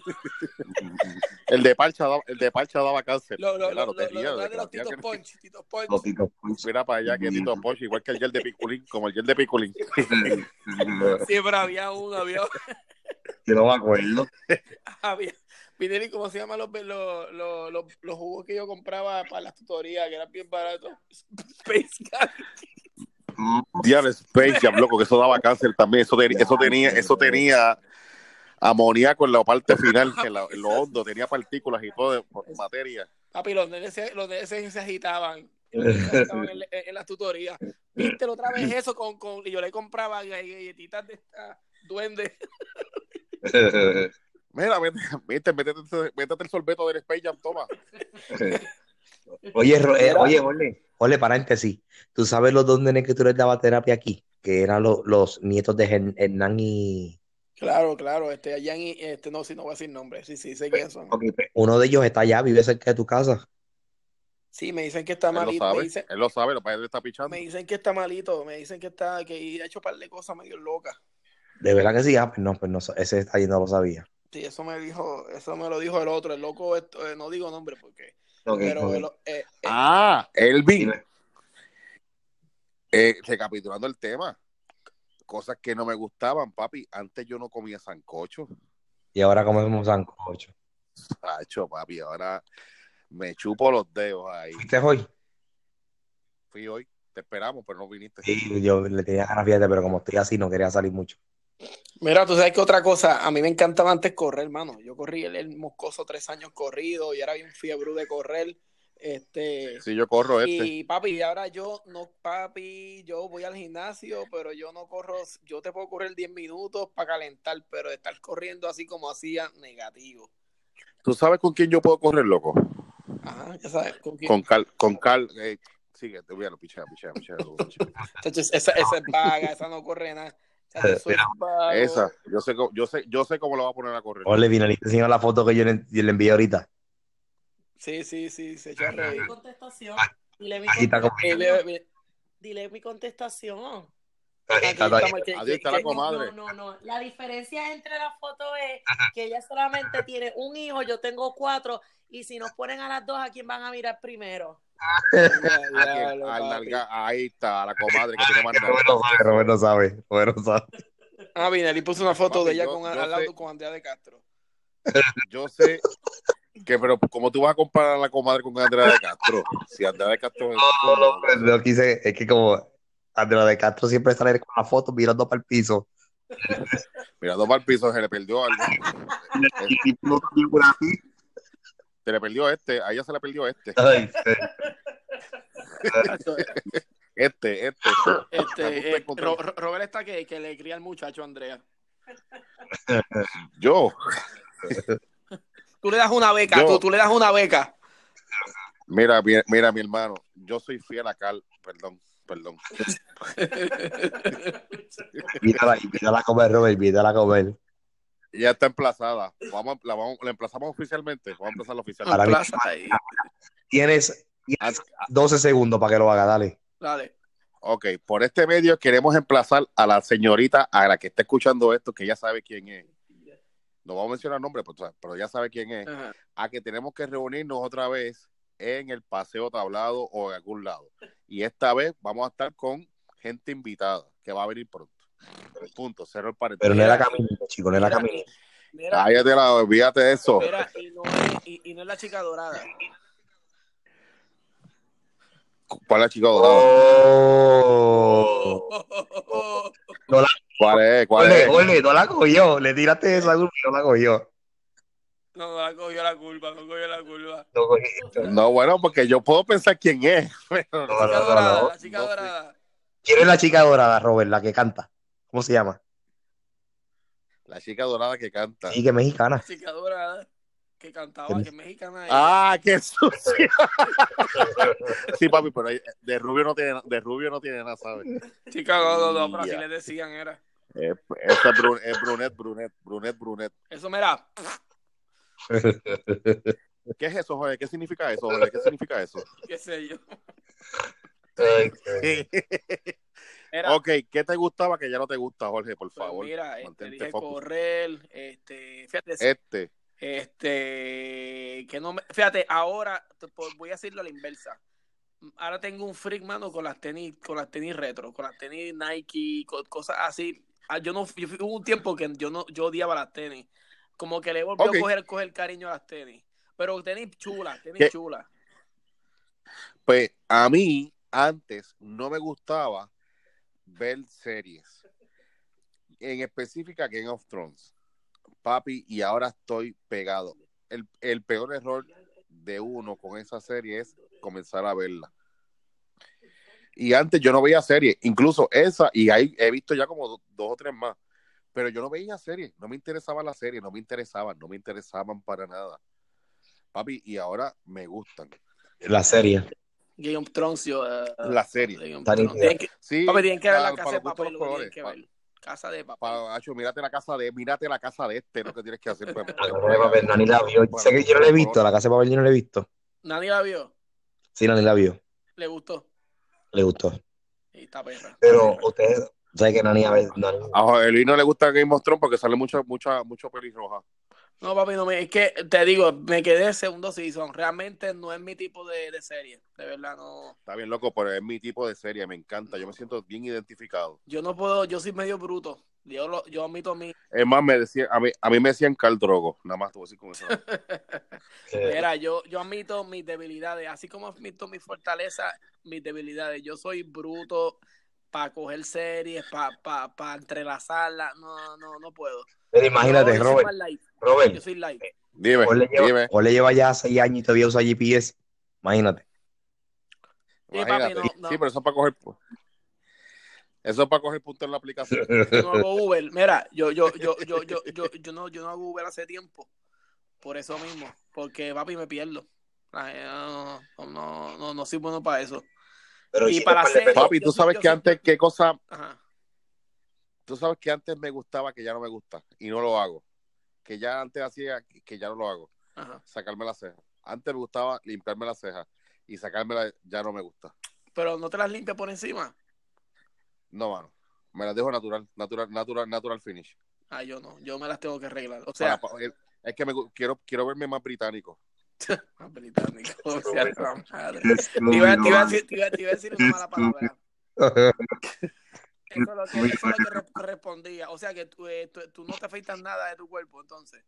El de parcha daba, el de parcha daba cáncer. los, los, Mira, los, no los, te rías, los- los Tito desgraciado, que- Punch, Tito Punch. Los titos punch. Mira para allá que Tito Posh, igual que el gel de piculín, como el gel de piculín. Sí, pero había uno, había Yo no me acuerdo. había Pinelli, ¿cómo se llaman los, los, los, los, los jugos que yo compraba para las tutorías, que eran bien baratos? Space Gummy. No, Diablo, Space Jam, loco, que eso daba cáncer también. Eso, tenía- eso tenía, eso tenía amoníaco en la parte final, en, la- en lo hondo, tenía partículas y todo de por materia. Papi, los nenes se, los nenes se se agitaban. Estaban en, la- en las tutorías. Viste la otra vez eso con, con. Y yo le compraba gall- galletitas de estas duendes. Mira, vete, vete, métete- métete el sorbeto del Space Jam, toma. Oye, Ro- eh, oye, Ole, Ole, paréntesis. ¿Tú sabes los dos nenes que tú les dabas terapia aquí? Que eran lo- los nietos de Hern- Hernán y... Claro, claro. Este, allá en- este, no, si no voy a decir nombres. Sí, sí, sé quiénes son. Ok, pues, Uno de ellos está allá, vive cerca de tu casa. Sí, me dicen que está Él lo malito. Me sabe, dicen, él lo sabe, lo que pasa es que él está pichando. me dicen que está malito. Me dicen que está, que ha hecho un par de cosas medio locas. De verdad que sí, ah, pues no, pues no, ese está ahí no lo sabía. Sí, eso me dijo, eso me lo dijo el otro, el loco, esto, eh, no digo nombre porque, Ok, pero ok. el- eh, eh, Ah, Elvin, Dime. eh, recapitulando el tema. Cosas que no me gustaban, papi. Antes yo no comía sancocho. Y ahora comemos sancocho. Sacho, papi, ahora me chupo los dedos ahí. ¿Fuiste hoy? Fui hoy, te esperamos, pero no viniste. Sí, yo le tenía ganas, fíjate, pero como estoy así, no quería salir mucho. mira, tú sabes que otra cosa, a mí me encantaba antes correr, hermano, yo corrí el, el moscoso tres años corrido y era bien fiebre de correr, este, Sí, yo corro este. y papi, y ahora yo, no, papi, yo voy al gimnasio, pero yo no corro, yo te puedo correr 10 minutos para calentar, pero de estar corriendo así como hacía, negativo, ¿Tú sabes con quién yo puedo correr, loco? ajá, ya sabes, con quién, Con Carl, con Carl. eh, sigue, te voy a lo pichar, pichar, pichar, lo pichar. Chacho, esa, esa es vaga, esa no corre nada, Chacho, eso es vago. Esa, yo sé, cómo- yo sé, yo sé cómo lo va a poner a correr. Ole, finalista, enseñó la foto que yo le, yo le envié ahorita. Sí, sí, sí, se echó a Dile reír. mi contestación. Dile mi Ah, Aquí está como- Eh, mira, contestación. mira, Dile mi contestación. aquí Está ahí. estamos, que- Adiós, está que- la que- comadre. No, no, no. La diferencia entre las fotos es que ella solamente tiene un hijo, yo tengo cuatro, y si nos ponen a las dos, ¿a quién van a mirar primero? Ya, A ya, que- lo, al papi. nalga- ahí está, a la comadre Ah, que tiene más nalga. Roberto sabe, Roberto sabe, Roberto sabe. Ah, Vinelli puso una foto Papi, de ella yo- con, yo al lado sé- con Andrea de Castro. Yo sé que, pero como tú vas a comparar a la comadre con Andrea de Castro, si Andrea de Castro es No, no, pues, lo que hice es que como Andrea de Castro siempre sale con la foto mirando para el piso. mirando para el piso, se le perdió algo. Se le perdió este, a ella se le perdió este, Ay, sí. este, este. Este, Me eh, encontré- Ro- Ro- Robert está que, que le cría al muchacho Andrea. Yo, Tú le das una beca, Yo- tú, tú le das una beca. mira, mi- mira, mi hermano, yo soy fiel a Carl, perdón, perdón. Mírala, mírala comer, Robert, mírala comer. Ella está emplazada. Vamos, la, vamos, la emplazamos oficialmente. Vamos a emplazarla oficialmente. Ahora mismo. Plaza ahí. Tienes, tienes 12 segundos para que lo haga, dale. Dale. Ok, por este medio queremos emplazar a la señorita, a la que está escuchando esto, que ya sabe quién es. No vamos a mencionar nombre, pero, tú sabes, pero ya sabe quién es. Ajá. A que tenemos que reunirnos otra vez en el paseo tablado o en algún lado. Y esta vez vamos a estar con gente invitada que va a venir pronto. Punto, cero el paréntesis. Pero no era caminito, chico, no era Mira, caminito. mira, Cállate la, olvídate de eso. mira, y no es- y- y no es la chica dorada. ¿Cuál es, chico? Oh. ¿Cuál es? ¿Cuál Ole, es? ole, no la cogió. Le tiraste esa culpa y no la cogió. No, no la cogió la culpa, no cogió la culpa. No cogió. No, bueno, porque yo puedo pensar quién es, pero No, La chica no, no, dorada, no. la chica No sé. dorada. ¿Quién es la chica dorada, Robert, la que canta? ¿Cómo se llama? la chica dorada que canta. Sí, que es mexicana. chica dorada que cantaba, que es mexicana. ella. Ah, qué sucio. Sí, papi, pero de rubio no tiene, de rubio no tiene nada, ¿sabes? Chica, no, no, no, pero así Ya. le decían, era. Es, esa es brun- es brunet, brunet, brunet, brunet. Eso, mira, ¿Qué es eso, joder? ¿Qué significa eso, joder? ¿Qué significa eso? qué sé yo. Era, ok, ¿qué te gustaba que ya no te gusta, Jorge? Por pues, favor. mira, eh, te mantente dije focus. correr, este, fíjate, Este, este, que no me, fíjate, ahora te po- voy a decirlo a la inversa. Ahora tengo un freak, mano, con las tenis, con las tenis retro, con las tenis Nike, con cosas así. Ah, Yo no, yo fui- hubo un tiempo que yo no, yo odiaba las tenis. Como que le volvió Ok. a coger, coger cariño a las tenis. Pero tenis chulas, tenis ¿Qué? chulas. pues a mí antes no me gustaba ver series. En específica Game of Thrones. Papi, y ahora estoy pegado. El, el peor error de uno con esa serie es comenzar a verla. Y antes yo no veía series, incluso esa, y ahí he visto ya como do- dos o tres más. Pero yo no veía series, no me interesaban las series, no me interesaban, no me interesaban para nada. Papi, y ahora me gustan La serie. Game of Thrones, yo. eh, las series. Game of Está Thrones. nítida. Tienen que- Sí, papi, tienen que ver para- la casa para de los gustos papel. los lo tienen colores, que pa- ver. Casa de papel. Pa- Hacho, mírate la casa de, mírate la casa de este, lo que tienes que hacer. pa- La Casa de Papel, Nani la vio. Bueno, Sé que yo no la he visto, la Casa de Papel yo no la he visto. Nadie la vio. Sí, Nani la vio. Le gustó. Le gustó. Y está perra. Pero ustedes, ¿saben que Nani a veces... Nani- A José Luis no le gusta Game of Thrones porque sale mucha, mucha, mucho pelirroja. No, papi, no me, es que te digo, me quedé segundo season. Realmente no es mi tipo de, de serie. De verdad, no. Está bien loco, pero es mi tipo de serie, me encanta. Yo me siento bien identificado. Yo no puedo, yo soy medio bruto. Yo, lo, yo admito mi. Es más, me decía, a mí, a mí me decían Carl Drogo, nada más tuvo así con eso. Mira, yo, yo admito mis debilidades, así como admito mis fortalezas, mis debilidades. Yo soy bruto para coger series, para pa, pa entrelazarlas. No, no, no puedo. Pero imagínate, yo, Soy Robert, más light. yo Robert, soy light. Pues, Dime, o Pues le lleva, dime. o le lleva ya seis años y todavía usa GPS. Imagínate. Sí, imagínate. papi, no, no. Sí, pero eso es para coger. Eso es para coger punto en la aplicación. Yo no hago Uber. Mira, yo, yo, yo, yo, yo, yo, yo no, yo no hago Uber hace tiempo. Por eso mismo. Porque, papi, me pierdo. Ay, No, no, no, no, no soy bueno para eso. Pero Y sí, para un par de hacer- pesos. Papi, yo tú sí- sabes yo que sí- antes, qué cosa, Ajá. tú sabes que antes me gustaba que ya no me gusta y no lo hago. Que ya antes hacía que ya no lo hago. Ajá. Sacarme la ceja. Antes me gustaba limpiarme la ceja y sacármela ya no me gusta. Pero no te las limpias por encima. No, mano. Me las dejo natural, natural, natural, natural finish. Ah, yo no. Yo me las tengo que arreglar. O sea, Para- para- es que me gu- quiero, quiero verme más británico. Ah, británico, o sea, la madre. Te iba, te iba a decir, te iba- te iba a decir una mala palabra. Eso es lo que, eso es lo que re- correspondía. O sea que tú, eh, tú- tú no te afeitas nada de tu cuerpo, entonces.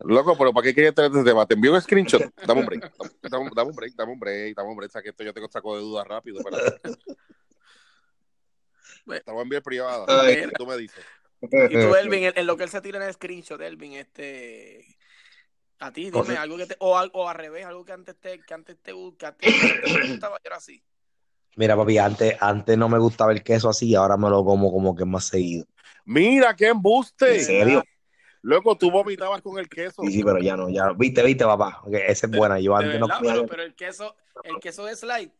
Loco, pero ¿para qué quería tener este tema? Te envío un screenshot. Dame un break. Dame, dame un break, dame un break, dame un break. Saque esto, yo tengo saco de dudas rápido. espérate. Te voy a enviar privada. Ay. Tú me dices. Y tú, Elvin, en, en lo que él se tira en el screenshot, Elvin, este. A ti, dime Correcto. algo que te. O, al- o al revés, algo que antes te, que antes te, gu- que antes te gustaba y ahora sí. Mira, papi, antes, antes no me gustaba el queso así, ahora me lo como como que más seguido. Mira, qué ¿En embuste. serio? Loco, tú vomitabas con el queso. Sí, sí, pero ya no, ya no. Viste, viste, papá. que Esa es buena. Yo De antes no verdad, comía. pero, pero el queso, el queso de slide.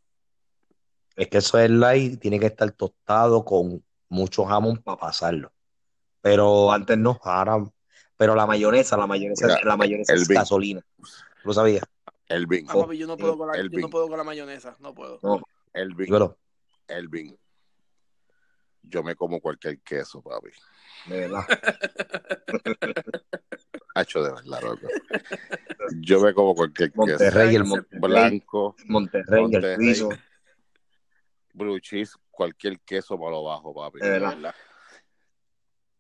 El queso es light, tiene que estar tostado con mucho jamón para pasarlo. Pero antes no, ahora. Pero la mayonesa, la mayonesa, Mira, la mayonesa es Elvin. gasolina. ¿Lo sabías? Elvin, Ah, papi, yo no puedo con la, yo no Elvin. puedo con la mayonesa, no puedo. Elvin, Dímelo. Elvin. Yo me como cualquier queso, papi. De verdad. Hacho de verdad, loco. Yo me como cualquier queso. Monterrey, el Ay, Monterrey, Blanco, Monterrey, el Monterrey. Suizo. blue cheese, cualquier queso me lo bajo, papi. De verdad.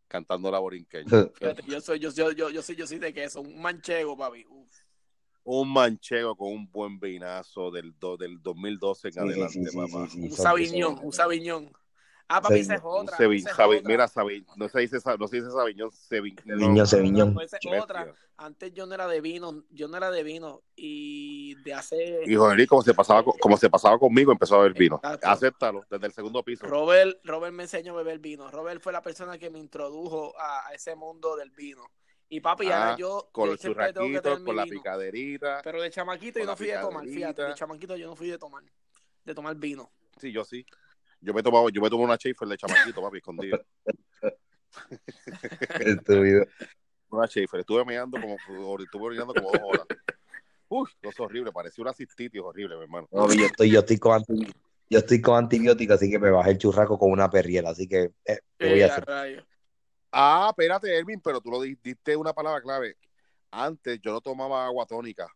Cantando la borinqueña. Fíjate, yo soy, yo, yo, yo, yo soy, yo soy de queso, un manchego, papi. Uf. un manchego con un buen vinazo del, do- del 2012 en Sí, sí, adelante, sí, sí, papá. sí, sí, Un son- sabiñón, son- un sabiñón. Ah, papi, esa es Sauvignon, Un otra. Sevin- esa es Sabi- otra. mira, Sabi- no se dice, Sa- no se dice Sabiñón, Sevin- no, Sauvignon, Sauvignon. No, esa es bestia. otra. Antes yo no era de vino, yo no era de vino. Y de hacer. Y Jorge, como se pasaba, co- como se pasaba conmigo, empezó a beber vino. Exacto. Acéptalo, desde el segundo piso. Robert, Robert me enseñó a beber vino. Robert fue la persona que me introdujo a, a ese mundo del vino. Y papi, Ah, ahora yo, con yo el siempre tengo que churrasquito, tener mi con la vino. picaderita. Pero de chamaquito yo con la no fui de tomar, picadita. fíjate, de chamaquito yo no fui de tomar, de tomar vino. Sí, yo sí. Yo me tomaba, yo me tomaba una Schaefer de chamaquito, papi, escondido. Este Estúpido. Una Schaefer. Estuve meando como, estuve orinando como dos horas. Uy, cosa horrible, parecía una cistitis horrible, mi hermano. No, yo estoy, yo estoy con anti- yo estoy con antibiótico, así que me bajé el churraco con una perriela, así que eh, ¿qué voy a Eh, a hacer? rayos. Ah, espérate, Elvin, pero tú lo di- diste una palabra clave. Antes yo no tomaba agua tónica.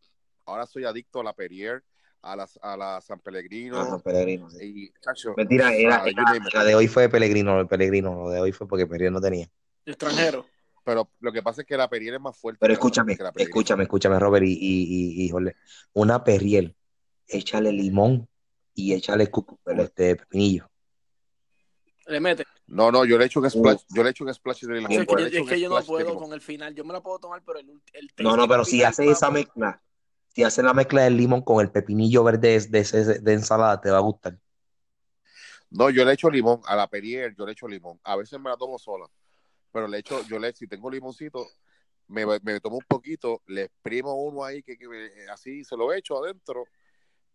Ahora soy adicto a la Perrier, a la, a la San Ah, Pellegrino. San Pellegrino, sí. Y, chacho, Mentira, era, ah, you era- name it. la de hoy fue de Pellegrino, el Pellegrino, lo de hoy fue porque Pellegrino no tenía. Extranjero. Pero lo que pasa es que la Perrier es más fuerte. Pero que la- escúchame, que la Pellegrino. escúchame, escúchame, Robert, y, y, y- híjole, una perriel, échale limón y échale cu- el, este, pepinillo. Le mete. No, no, yo le echo un splash, yo le echo un splash de O sea, limón. es que, le yo, echo es un que yo no splash de puedo limón. con el final. Yo me la puedo tomar, pero el, ult- el No, no, pero si final, haces esa papá, mezcla, si haces la mezcla del limón con el pepinillo verde de, de- de ensalada, te va a gustar. No, yo le echo limón a la Perrier, yo le echo limón. A veces me la tomo sola, pero le echo, yo le, si tengo limoncito, me, me tomo un poquito, le exprimo uno ahí que, que me- así se lo echo adentro.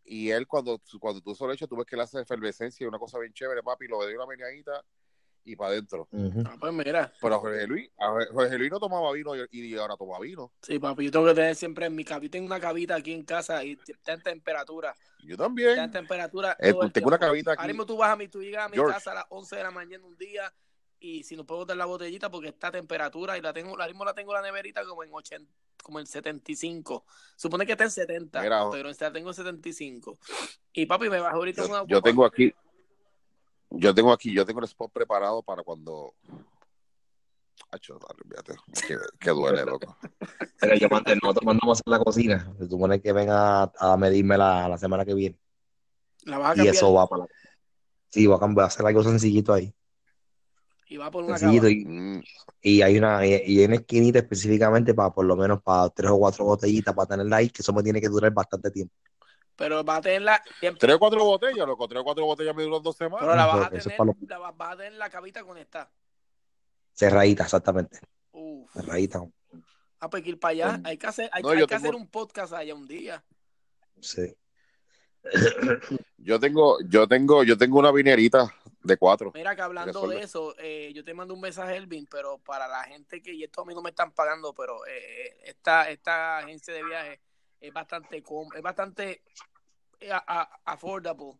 Y él cuando, cuando tú solo echas, tú ves que le hace efervescencia y una cosa bien chévere, papi, lo doy una meneadita y para adentro. Ujú. Ah, pues mira, Pero a Jorge Luis, a Jorge- Jorge Luis no tomaba vino y, y ahora toma vino. sí, papi, yo tengo que tener siempre en mi cabita. Tengo una cabita aquí en casa y está en temperatura. Está Yo en también. temperatura. Eh, todo el tengo una tiempo. cabita Ahora aquí. mismo tú vas a mi, tú llegas a mi George. casa a las 11 de la mañana un día y si no puedo botar la botellita porque está a temperatura y la tengo, ahora mismo la tengo en la neverita como en 80, como en 75. Supone que está en 70, Mira, ojo. pero la tengo en 75. Y papi, me bajo ahorita una Yo, yo guapa. tengo aquí, yo tengo aquí, yo tengo el spot preparado para cuando. Acho, dale, olvídate, que, que duele, loco. Pero yo antes nosotros mandamos a hacer la cocina. Se supone que venga a, a medirme la, la semana que viene. La vas a Y cambiar eso va para la. Sí, va a cambiar, a hacer algo sencillito ahí. y va por una cava. Sencillito. Y, Mm, y hay una, y, y hay una esquinita específicamente para por lo menos para tres o cuatro botellitas para tenerla ahí, que eso me tiene que durar bastante tiempo. Pero va a tenerla siempre. Tres o cuatro botellas, loco. Tres o cuatro botellas me duran dos semanas. Pero la vas a Eso es tener, para los- la vas vas a tener en la cabita conectada. Cerradita, exactamente. Uf. Cerradita. Ah, pues hay que ir para allá. Mm. Hay que hacer, hay, No, hay yo que hacer tengo- un podcast allá un día. Sí. Yo tengo, yo tengo, yo tengo una vinerita de cuatro. Mira que hablando Resuelve. de eso, eh, yo te mando un mensaje, Elvin, pero para la gente que, y esto a mí no me están pagando, pero eh, eh, esta, esta agencia de viajes es bastante, com- es bastante eh, a- a- affordable.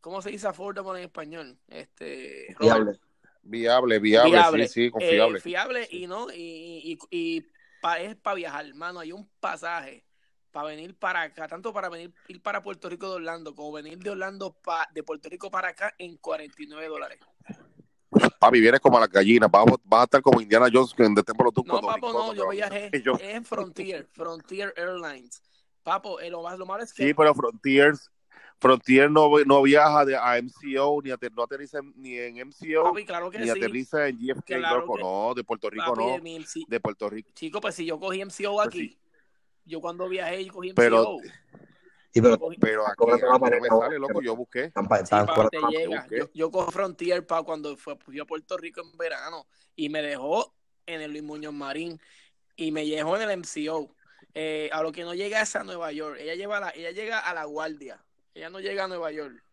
¿Cómo se dice affordable en español? Este, Robert. Fiable. Viable, viable, Viable. sí, sí, Eh, confiable. fiable Sí. y no, y, y, y- y pa- es para viajar, hermano. Hay un pasaje para venir para acá, tanto para venir ir para Puerto Rico de Orlando, como venir de Orlando pa- de Puerto Rico para acá en 49 dólares. Papi, vienes como a las gallinas. Vas, vas a estar como Indiana Jones en The Temple of Doom No, cuando papo, brincó, no, cuando yo bajó. viajé Y yo, en Frontier, Frontier Airlines. Papo, eh, lo, más, lo malo es que Sí, pero Frontiers, Frontier no, no viaja de, a MCO, ni ater- no aterriza en- ni en MCO, Papi, claro pues que ni sí. aterriza en JFK, Claro loco. que- No, de Puerto Rico Papi, de no. mi MC. De Puerto Rico. Chico, pues si yo cogí MCO Pues aquí, yo cuando viajé, yo cogí MCO. Pero- Sí, pero Cogí- Pero Están aquí, cobrando la aquí no me manera ahora, sale, loco. pero Yo busqué. están, pa- Sí, están pa, cobrando te la manera. llega. busqué. Yo, yo cogí Frontier pa cuando fue, fui a Puerto Rico en verano y me dejó en el Luis Muñoz Marín y me dejó en el MCO. Eh, a lo que no llega es a Nueva York. Ella lleva la, ella llega a la Guardia. Ella no llega a Nueva York.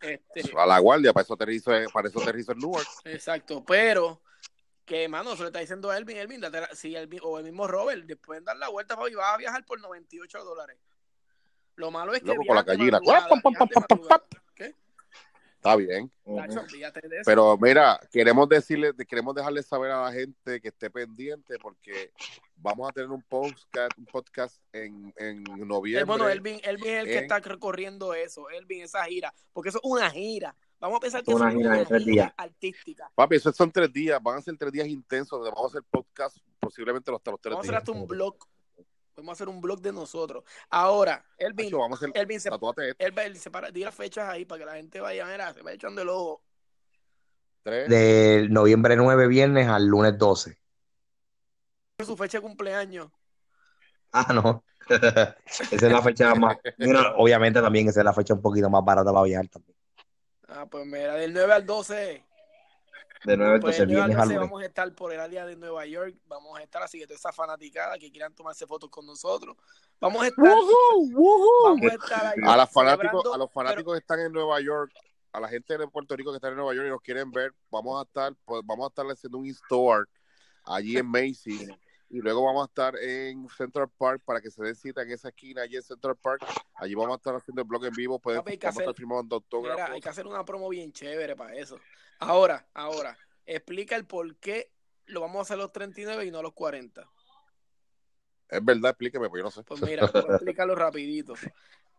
Este, A la guardia, para Ah, eso aterrizo, en- para eso aterrizo en Newark. exacto. Pero que mano, se le está diciendo a Elvin, Elvin, date la- si Elvin- o el mismo Robert, después de dar la vuelta, papi, vas a viajar por 98 dólares. Lo malo es que Loco, con la viajas de gallina. madrugada, Pam, pam, viajas de pam, pam, madrugada. ¿Qué? Está bien. Tacho, olvídate de eso. Pero mira, queremos decirle, queremos dejarle saber a la gente que esté pendiente porque vamos a tener un podcast, un podcast en, en noviembre. El Eh, bueno, Elvin, Elvin es el que en- está recorriendo eso, Elvin, esa gira, porque eso es una gira. Vamos a pensar que eso Una es gira una de tres gira días. artística. Papi, esos son tres días, van a ser tres días intensos donde vamos a hacer podcast posiblemente hasta los tres Vamos a hacer días. hasta un blog. Vamos a hacer un blog de nosotros. Ahora, Elvin, Nacho, vamos a hacer, Elvin, se, tatúate esto, Elvin, separa, di las fechas ahí para que la gente vaya, mira, se va echando el ojo. tres, De noviembre 9, viernes al lunes 12. Su fecha de cumpleaños. Ah, no. Esa es la fecha más. Mira, obviamente también esa es la fecha un poquito más barata para viajar también. Ah, pues mira, del 9 al 12. De 9 Pues entonces del 9 al viernes al 12 lunes. vamos a estar por el área de Nueva York. Vamos a estar así que toda esa fanaticada que quieran tomarse fotos con nosotros. Vamos a estar. Vamos a estar ahí. A, las fanáticos, celebrando, a los pero- fanáticos que están en Nueva York, a la gente de Puerto Rico que está en Nueva York y nos quieren ver, vamos a estar, pues, vamos a estar haciendo un store allí en Macy's y luego vamos a estar en Central Park para que se den cita en esa esquina allí en Central Park. Allí vamos a estar haciendo el blog en vivo, pueden, Papi, hay que vamos a estar hacer- firmando Mira, autógrafos. hay que hacer una promo bien chévere para eso. Ahora, ahora, explica el por qué lo vamos a hacer los 39 y no los 40. Es verdad, explíqueme, pues yo no sé. Pues mira, voy a explicarlo rapidito.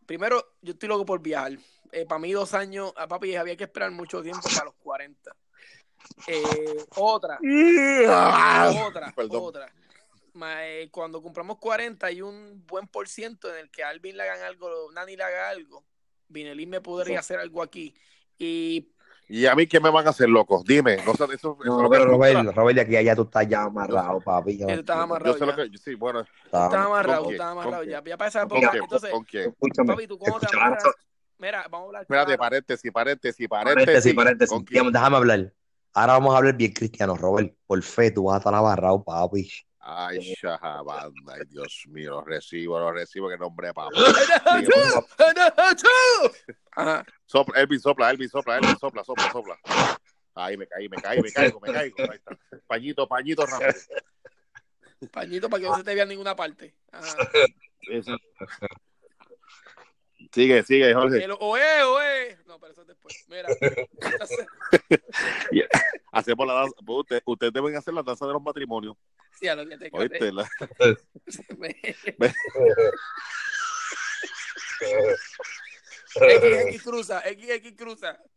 Primero, yo estoy loco por viajar. Eh, para mí dos años, a papi, había que esperar mucho tiempo para los 40. Eh, otra, ¡Ah! otra, Perdón. otra. Ma- eh, cuando compramos 40 hay un buen por ciento en el que a Alvin le hagan algo, Nani le haga algo, Vinelín me podría hacer algo aquí. Y Y a mí, ¿qué me van a hacer, loco? Dime. Pues No, sé, eso, eso es No, lo que pero me gusta. Robert, Robert, de aquí a allá tú estás ya amarrado, papi. ya Él estaba no- amarrado. Yo sé lo que. Sí, bueno. está- Estaba amarrado, ¿Con quién? estaba amarrado ¿Con ya. Ya para esa ¿Con época. quién? Entonces, ¿Con quién? Escúchame, papi, ¿tú cómo te escucharás- amarras? Mira, vamos a hablar. Espérate, claro. paréntesis, paréntesis, paréntesis, paréntesis. paréntesis. ¿Con quién? Déjame hablar. Ahora vamos a hablar bien cristiano, Robert. Por fe, tú vas a estar amarrado, papi. Ay, Shahabanda, ay, Dios mío, lo recibo, lo recibo, que nombre de papá. Ajá. Sopla, Elvis sopla, Elvis sopla, Elvis sopla, sopla, sopla. Ahí me caí, me caí, me caigo, me caigo. Ahí está. Pañito, pañito, rápido. Pañito para que no se te vea en ninguna parte. Ajá. Sigue, sigue, Jorge. El oe, oe. No, pero eso es después. Mira. Entonces, Hacemos la danza. Pues usted- ustedes deben hacer la danza de los matrimonios. sí, a los días te ¿Oíste? La- XX cruza, XX cruza.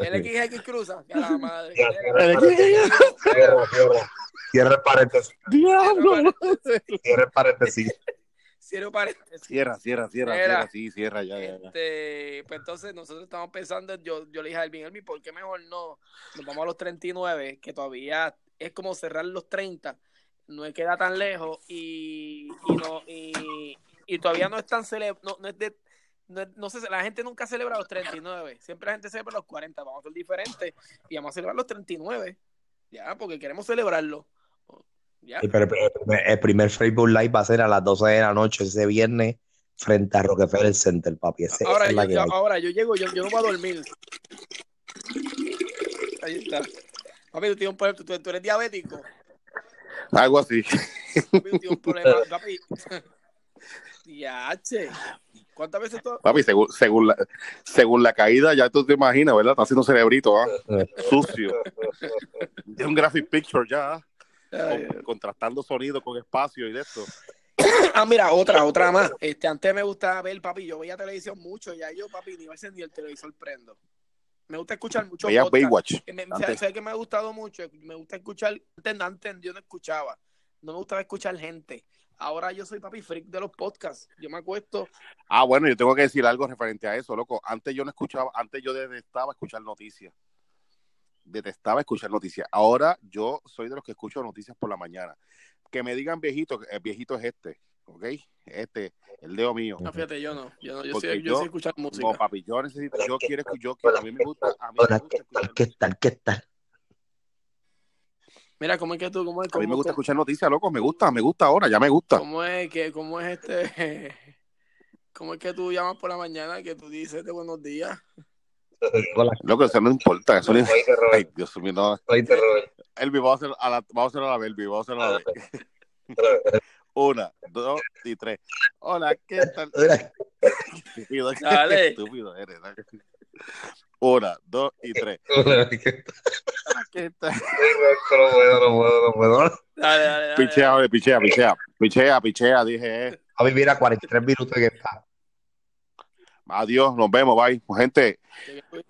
El XX cruza. Que a la madre. Mira. Cierra, cierra. Cierra el paréntesis. Cierra el paréntesis. Cierro paréntesis. Cierra, cierra, cierra, Era. cierra, sí, cierra, ya, ya, ya. Este, pues entonces nosotros estamos pensando, yo, yo le dije a Elvin, Elvin, ¿por qué mejor no? Nos vamos a los 39, que todavía es como cerrar los 30, no es queda tan lejos y, y no, y, y todavía no es tan cele no, no es de, no, es- no sé, la gente nunca celebra los 39, siempre la gente celebra los 40, vamos a ser diferentes y vamos a celebrar los 39, ya, porque queremos celebrarlo. Ya. Sí, pero el primer- el primer Facebook Live va a ser a las 12 de la noche ese viernes frente a Rockefeller Center, papi. Ese- Este, esa Ahora, es yo, la que yo- hay. ahora yo llego, yo, yo no voy a dormir. Ahí está. Papi, tú tienes un problema, tú, tú eres diabético. Algo así. Papi, tú tienes un problema, papi. Diache. ¿Cuántas veces tú? Papi, según, según, la, según la caída, ya tú te imaginas, ¿verdad? Está haciendo cerebrito, ¿ah? Sucio. De un graphic picture ya, ¿ah? Ay, Con- contrastando sonido con espacio y de esto. Ah, mira, otra, otra más. Este, antes me gustaba ver, papi, yo veía televisión mucho, ya yo, papi, ni a veces ni el televisor prendo. Me gusta escuchar mucho Veía podcast. Baywatch. que me, Antes. ¿sabes qué me ha gustado mucho? Me gusta escuchar, antes, antes yo no escuchaba, no me gustaba escuchar gente. Ahora yo soy papi freak de los podcasts. Yo me acuesto, Ah, bueno, yo tengo que decir algo referente a eso, loco. Antes yo no escuchaba, antes yo detestaba escuchar noticias. Detestaba escuchar noticias. Ahora yo soy de los que escucho noticias por la mañana. Que me digan viejito, el viejito es este, ¿ok? Este, el dedo mío. no, fíjate, yo no, yo no, yo Porque soy, yo yo- soy escuchar música. No, papi, yo necesito, yo quiero escuchar, yo quiero, a mí me gusta, a mí me Ahora, gusta ¿qué tal? escuchar, ¿Qué tal? ¿Qué tal? Mira, ¿cómo es que tú, cómo es, a mí cómo, me gusta cómo- escuchar noticias, loco, me gusta, me gusta ahora, ya me gusta. cómo es que, cómo es este, cómo es que tú llamas por la mañana que tú dices de buenos días? Hola, Loco, eso no importa, eso no oíste, Ay, Robert. Dios mío, no. Oíste, Robert. Elvi, vamos a hacer a la, vamos a hacer a la vez, Elvi, vamos a hacer a la Ah, vez. Una, dos y tres. Hola, ¿qué tal? Mira, Estúpido, qué Dale. estúpido eres. ¿no? Una, dos y tres. hola, ¿qué tal? ¿Qué tal? No puedo, no puedo, no puedo. Dale, dale, dale. Pichea, ole, pichea, pichea, pichea, pichea, dije. eh. A mí mira 43 minutos que está. Adiós, nos vemos, bye. Gente,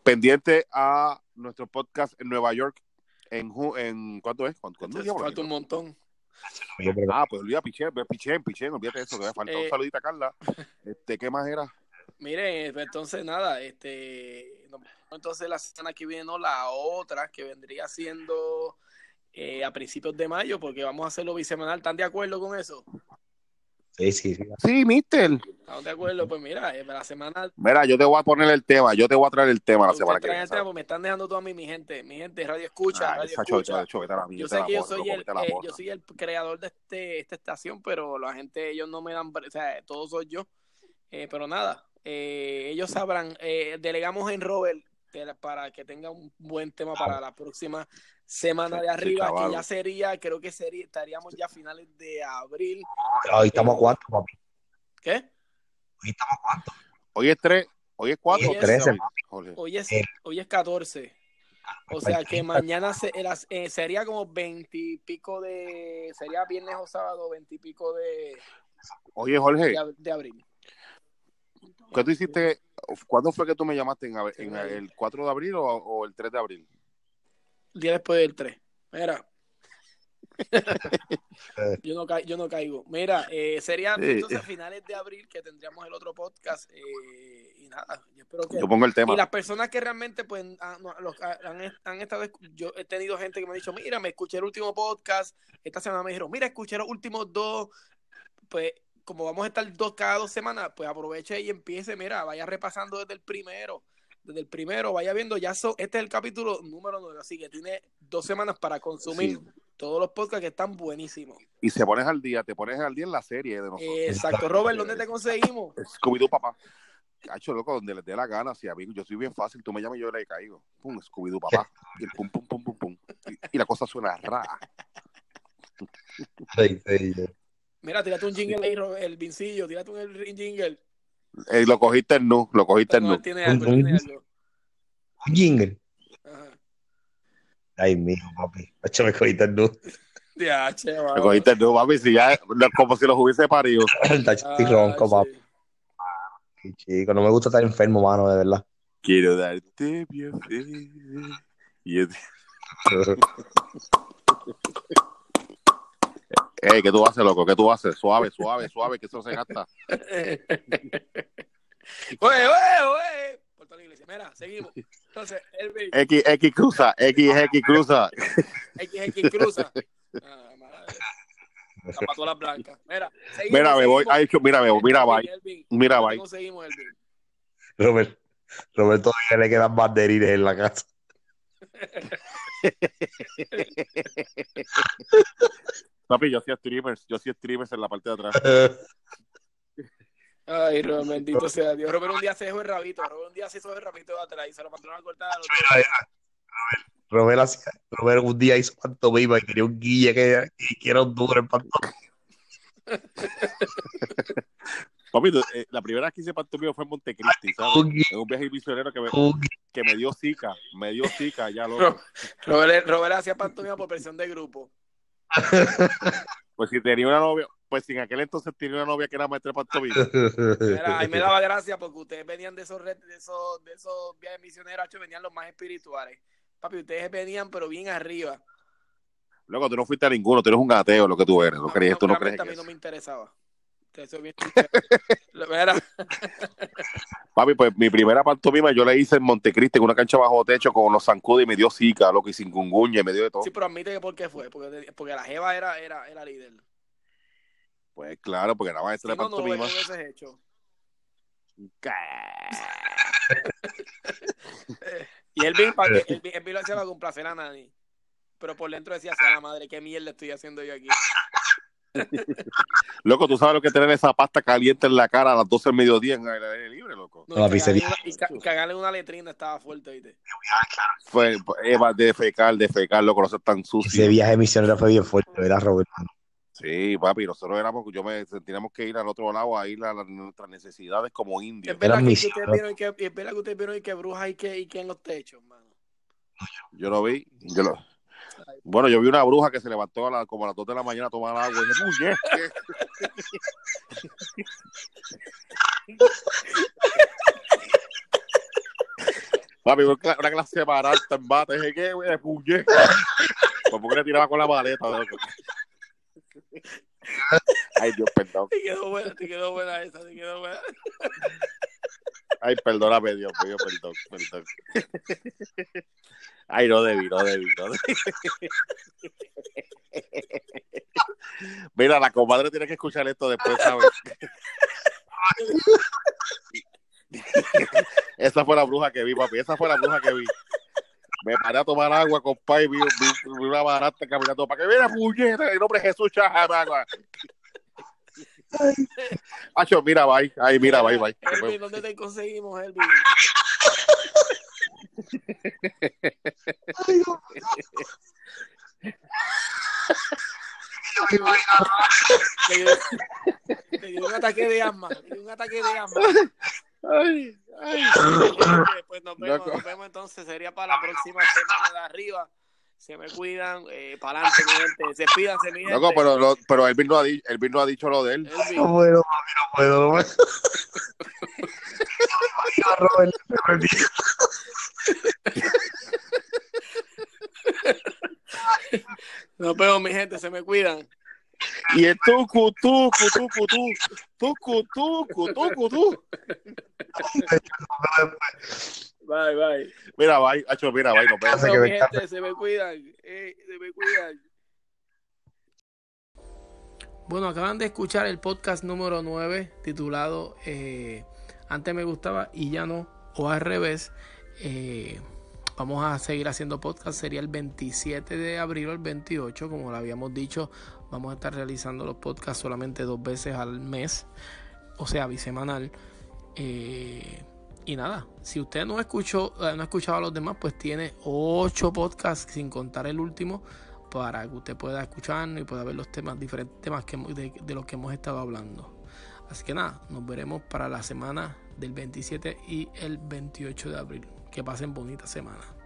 pendiente a nuestro podcast en Nueva York. En, ju- en ¿Cuánto es? ¿Cuándo, cuándo es? Entonces, falta un montón. Yo creo Ah, pues olvida, pichea, pichea, pichea, olvídate de eso, que me falta Eh. un saludito a Carla. Este, ¿Qué más era? Mire, pues, entonces nada, este, no, entonces la semana que viene, no, la otra que vendría siendo eh, a principios de mayo, porque vamos a hacerlo bisemanal. ¿Están de acuerdo con eso? que- Sí, sí, sí. Sí, mister. ¿Están de acuerdo? Pues mira, eh, la semana. Mira, yo te voy a poner el tema, yo te voy a traer el tema la ustedes semana que traen viene. el tema, pues, me están dejando todo a mí, mi gente, mi gente, radio escucha, Ah, radio esa escucha. chocha, chocha, vete a la yo mierda, sé que yo borra, soy loco, el, vete a la eh, borra. yo soy el creador de este, esta estación, pero la gente, ellos no me dan, bre- o sea, todo soy yo. Eh, pero nada, eh, ellos sabrán, eh, delegamos en Robert de la- para que tenga un buen tema para la próxima semana de Sí, arriba, que chaval. ya sería, creo que sería, estaríamos ya a finales de abril. Hoy estamos a cuánto, papi. ¿Qué? Hoy estamos a cuánto. Hoy es tres, hoy es cuatro. Hoy es- Trece, Jorge. Hoy es, Eh. hoy es 14. O sea que mañana se- eh, las- eh, sería como 20 y pico de, sería viernes o sábado, 20 y pico de, Oye, Jorge, de ab- de abril. ¿qué tú hiciste? ¿Cuándo fue que tú me llamaste? ¿En, ab- Sí, en ahí. el 4 de abril o, o el 3 de abril? día después del 3. Mira, Yo no, ca- yo no caigo. Mira, eh, sería Sí. entonces finales de abril que tendríamos el otro podcast. eh, y nada, yo espero que. Yo pongo el tema. Y las personas que realmente pues han, no, los- han- han estado, escu- yo he tenido gente que me ha dicho, mira, me escuché el último podcast, esta semana me dijeron, mira, escuché los últimos dos, pues como vamos a estar dos cada dos semanas, pues aproveche y empiece, mira, vaya repasando desde el primero, desde el primero, vaya viendo, ya so- este es el capítulo número nueve, así que tiene dos semanas para consumir todos los podcasts que están buenísimos. Eh, Y se pones al día, te pones al día en la serie de nosotros. Exacto, Robert, ¿dónde te conseguimos? Scooby-Doo, papá. Cacho, loco, donde les dé la gana, si a mí, yo soy bien fácil, tú me llamas y yo le caigo. Pum, Scooby-Doo, papá. Y el pum, pum, pum, pum, pum. Y, y la cosa suena rara. Sí, sí, sí. Mira, tírate un jingle ahí, Robert, el vincillo, tírate un jingle. Eh, lo cogiste en nu, lo cogiste en No, nu. él tiene algo, él tiene algo. Un jingle. Ajá. Ay, mijo, papi. Hacho, me cogiste el nudo. Ya, che, Lo cogiste en nu, papi, si ya, no, como si los hubiese parido. Tacho, Ah, estoy ronco, papi. Chico, no me gusta estar enfermo, mano, de verdad. Quiero darte bien feliz. Y es- Ey, ¿qué tú haces, loco? ¿Qué tú haces? Suave, suave, suave, que eso se gasta. oye, oye, oye. Por toda la iglesia. Mira, seguimos. Entonces, Elvin, X, X cruza, X, X cruza. XX cruza. Ah, madre. Zapatola blanca. Mira, seguimos. Mira, me voy, ay, mira, me voy, mira, bye, Elvin, mira, bye. ¿dónde conseguimos, Elvin? Robert, Robert todavía le quedan banderines en la casa. Papi, yo hacía streamers, yo hacía streamers en la parte de atrás. Ay, Robert, bendito sea Dios. Robert un día se dejó el rabito. Robert un día se hizo el rabito de atrás y se lo mandaron a cortar al otro. Robert, hacía- Robert un día hizo pantomima y quería un guille que, que era un duro en pantomima. Papi, tú, eh, la primera vez que hice pantomima fue en Montecristi, ¿sabes? Un guille, En un viaje misionero que me, un guille. que me dio zika, me dio zika, ya loco. Robert, Robert hacía pantomima por presión de grupo. Pues si tenía una novia, pues si en aquel entonces tenía una novia que era maestra de pantomima. Mira, ahí me daba gracia porque ustedes venían de esos, re- de esos, de esos viajes misioneros, hacho, venían los más espirituales. Papi, ustedes venían, pero bien arriba. Loco, tú no fuiste a ninguno, tú eres un ateo lo que tú eres, no A mí crees, tú no crees claramente en Ah, A mí no eso. me interesaba. Te soy bien sincero. Lo- Mira, Papi, pues mi primera pantomima yo la hice en Montecristi, en una cancha bajo techo con los zancudos y me dio zika, loco, y sin cunguña, y me dio de todo. sí, pero admite que por qué fue. Porque, te- porque la Jeva era, era, era líder. Pues claro, porque era Si no, maestra de no lo pantomima. hubieses hecho. Y él vino para que él, vi- él vi lo hacía para complacer a nadie. Pero por dentro decía, sea la madre, qué mierda estoy haciendo yo aquí. Loco, tú sabes lo que es tener esa pasta caliente en la cara a las 12 del mediodía en el aire libre, loco. No, A la y cagarle pizzería. una- y ca- cagarle una letrina estaba fuerte, ¿viste? Fue, pues, Eva, de fecal, de fecal, loco, no seas tan sucio. Ese viaje misionero fue bien fuerte, ¿verdad, Robert? mano? Sí, papi, nosotros éramos, yo me teníamos que ir al otro lado a ir a las- nuestras necesidades como indios. Es verdad, Eran que, mis- que ustedes vieron y que, y es verdad que ustedes vieron y que brujas y que, y que en los techos, mano. Yo lo vi, yo lo- Bueno, yo vi una bruja que se levantó a la- como a las 2 de la mañana a tomar agua y dije, "Puñe". Papi, una cla- una clase barata en bata, dije, ¿qué, güey? Puñe. Pues porque le tiraba con la maleta, loco. Ay, Dios, perdón. Te quedó buena, te quedó buena esa, te quedó buena. Ay, perdóname, Dios mío, perdón, perdón. Ay, no debí, no debí, no debí. Mira, la comadre tiene que escuchar esto después, ¿sabes? Esa fue la bruja que vi, papi, esa fue la bruja que vi. Me paré a tomar agua, compa, y vi, vi- vi una barata caminando para que mira, puñeta, el nombre de Jesús, chaja, agua. Acho, mira, bye, ay, mira, bye, bye. Nos vemos. Elvin, ¿dónde te conseguimos, Elvin? Te dio, te dio un ataque de asma, te dio un ataque de asma. Ay, ay. Este, Pues nos vemos, Loco. nos vemos entonces, sería para la próxima semana de arriba. Se me cuidan, eh, para adelante, mi gente. Se pídanse, mi gente. Loco, pero, lo- pero Elvin, no ha di- Elvin no ha dicho lo de él. Elvin, No puedo, papi, no puedo, no puedo. No, Robert, me perdí. no, Nos vemos, mi gente, se me cuidan. Y el tucu, tucu, tucu, tucu, tucu, tucu, tucu, tucu. Bye, bye. Mira, bye, Hacho, mira, bye, nos Nos vemos. Hace que vemos, mi venga. gente, se me cuidan. Eh, se me cuidan. Bueno, acaban de escuchar el podcast número 9 titulado eh, Antes me gustaba y ya no, o al revés. Eh, vamos a seguir haciendo podcast, sería el 27 de abril o el 28, como lo habíamos dicho, vamos a estar realizando los podcasts solamente dos veces al mes, o sea, bisemanal. Eh, y nada, si usted no escuchó, eh, no ha escuchado a los demás, pues tiene ocho podcasts sin contar el último para que usted pueda escucharnos y pueda ver los temas, diferentes temas que, hemos- de, de los que hemos estado hablando. Así que nada, nos veremos para la semana del 27 y el 28 de abril. Que pasen bonita semana.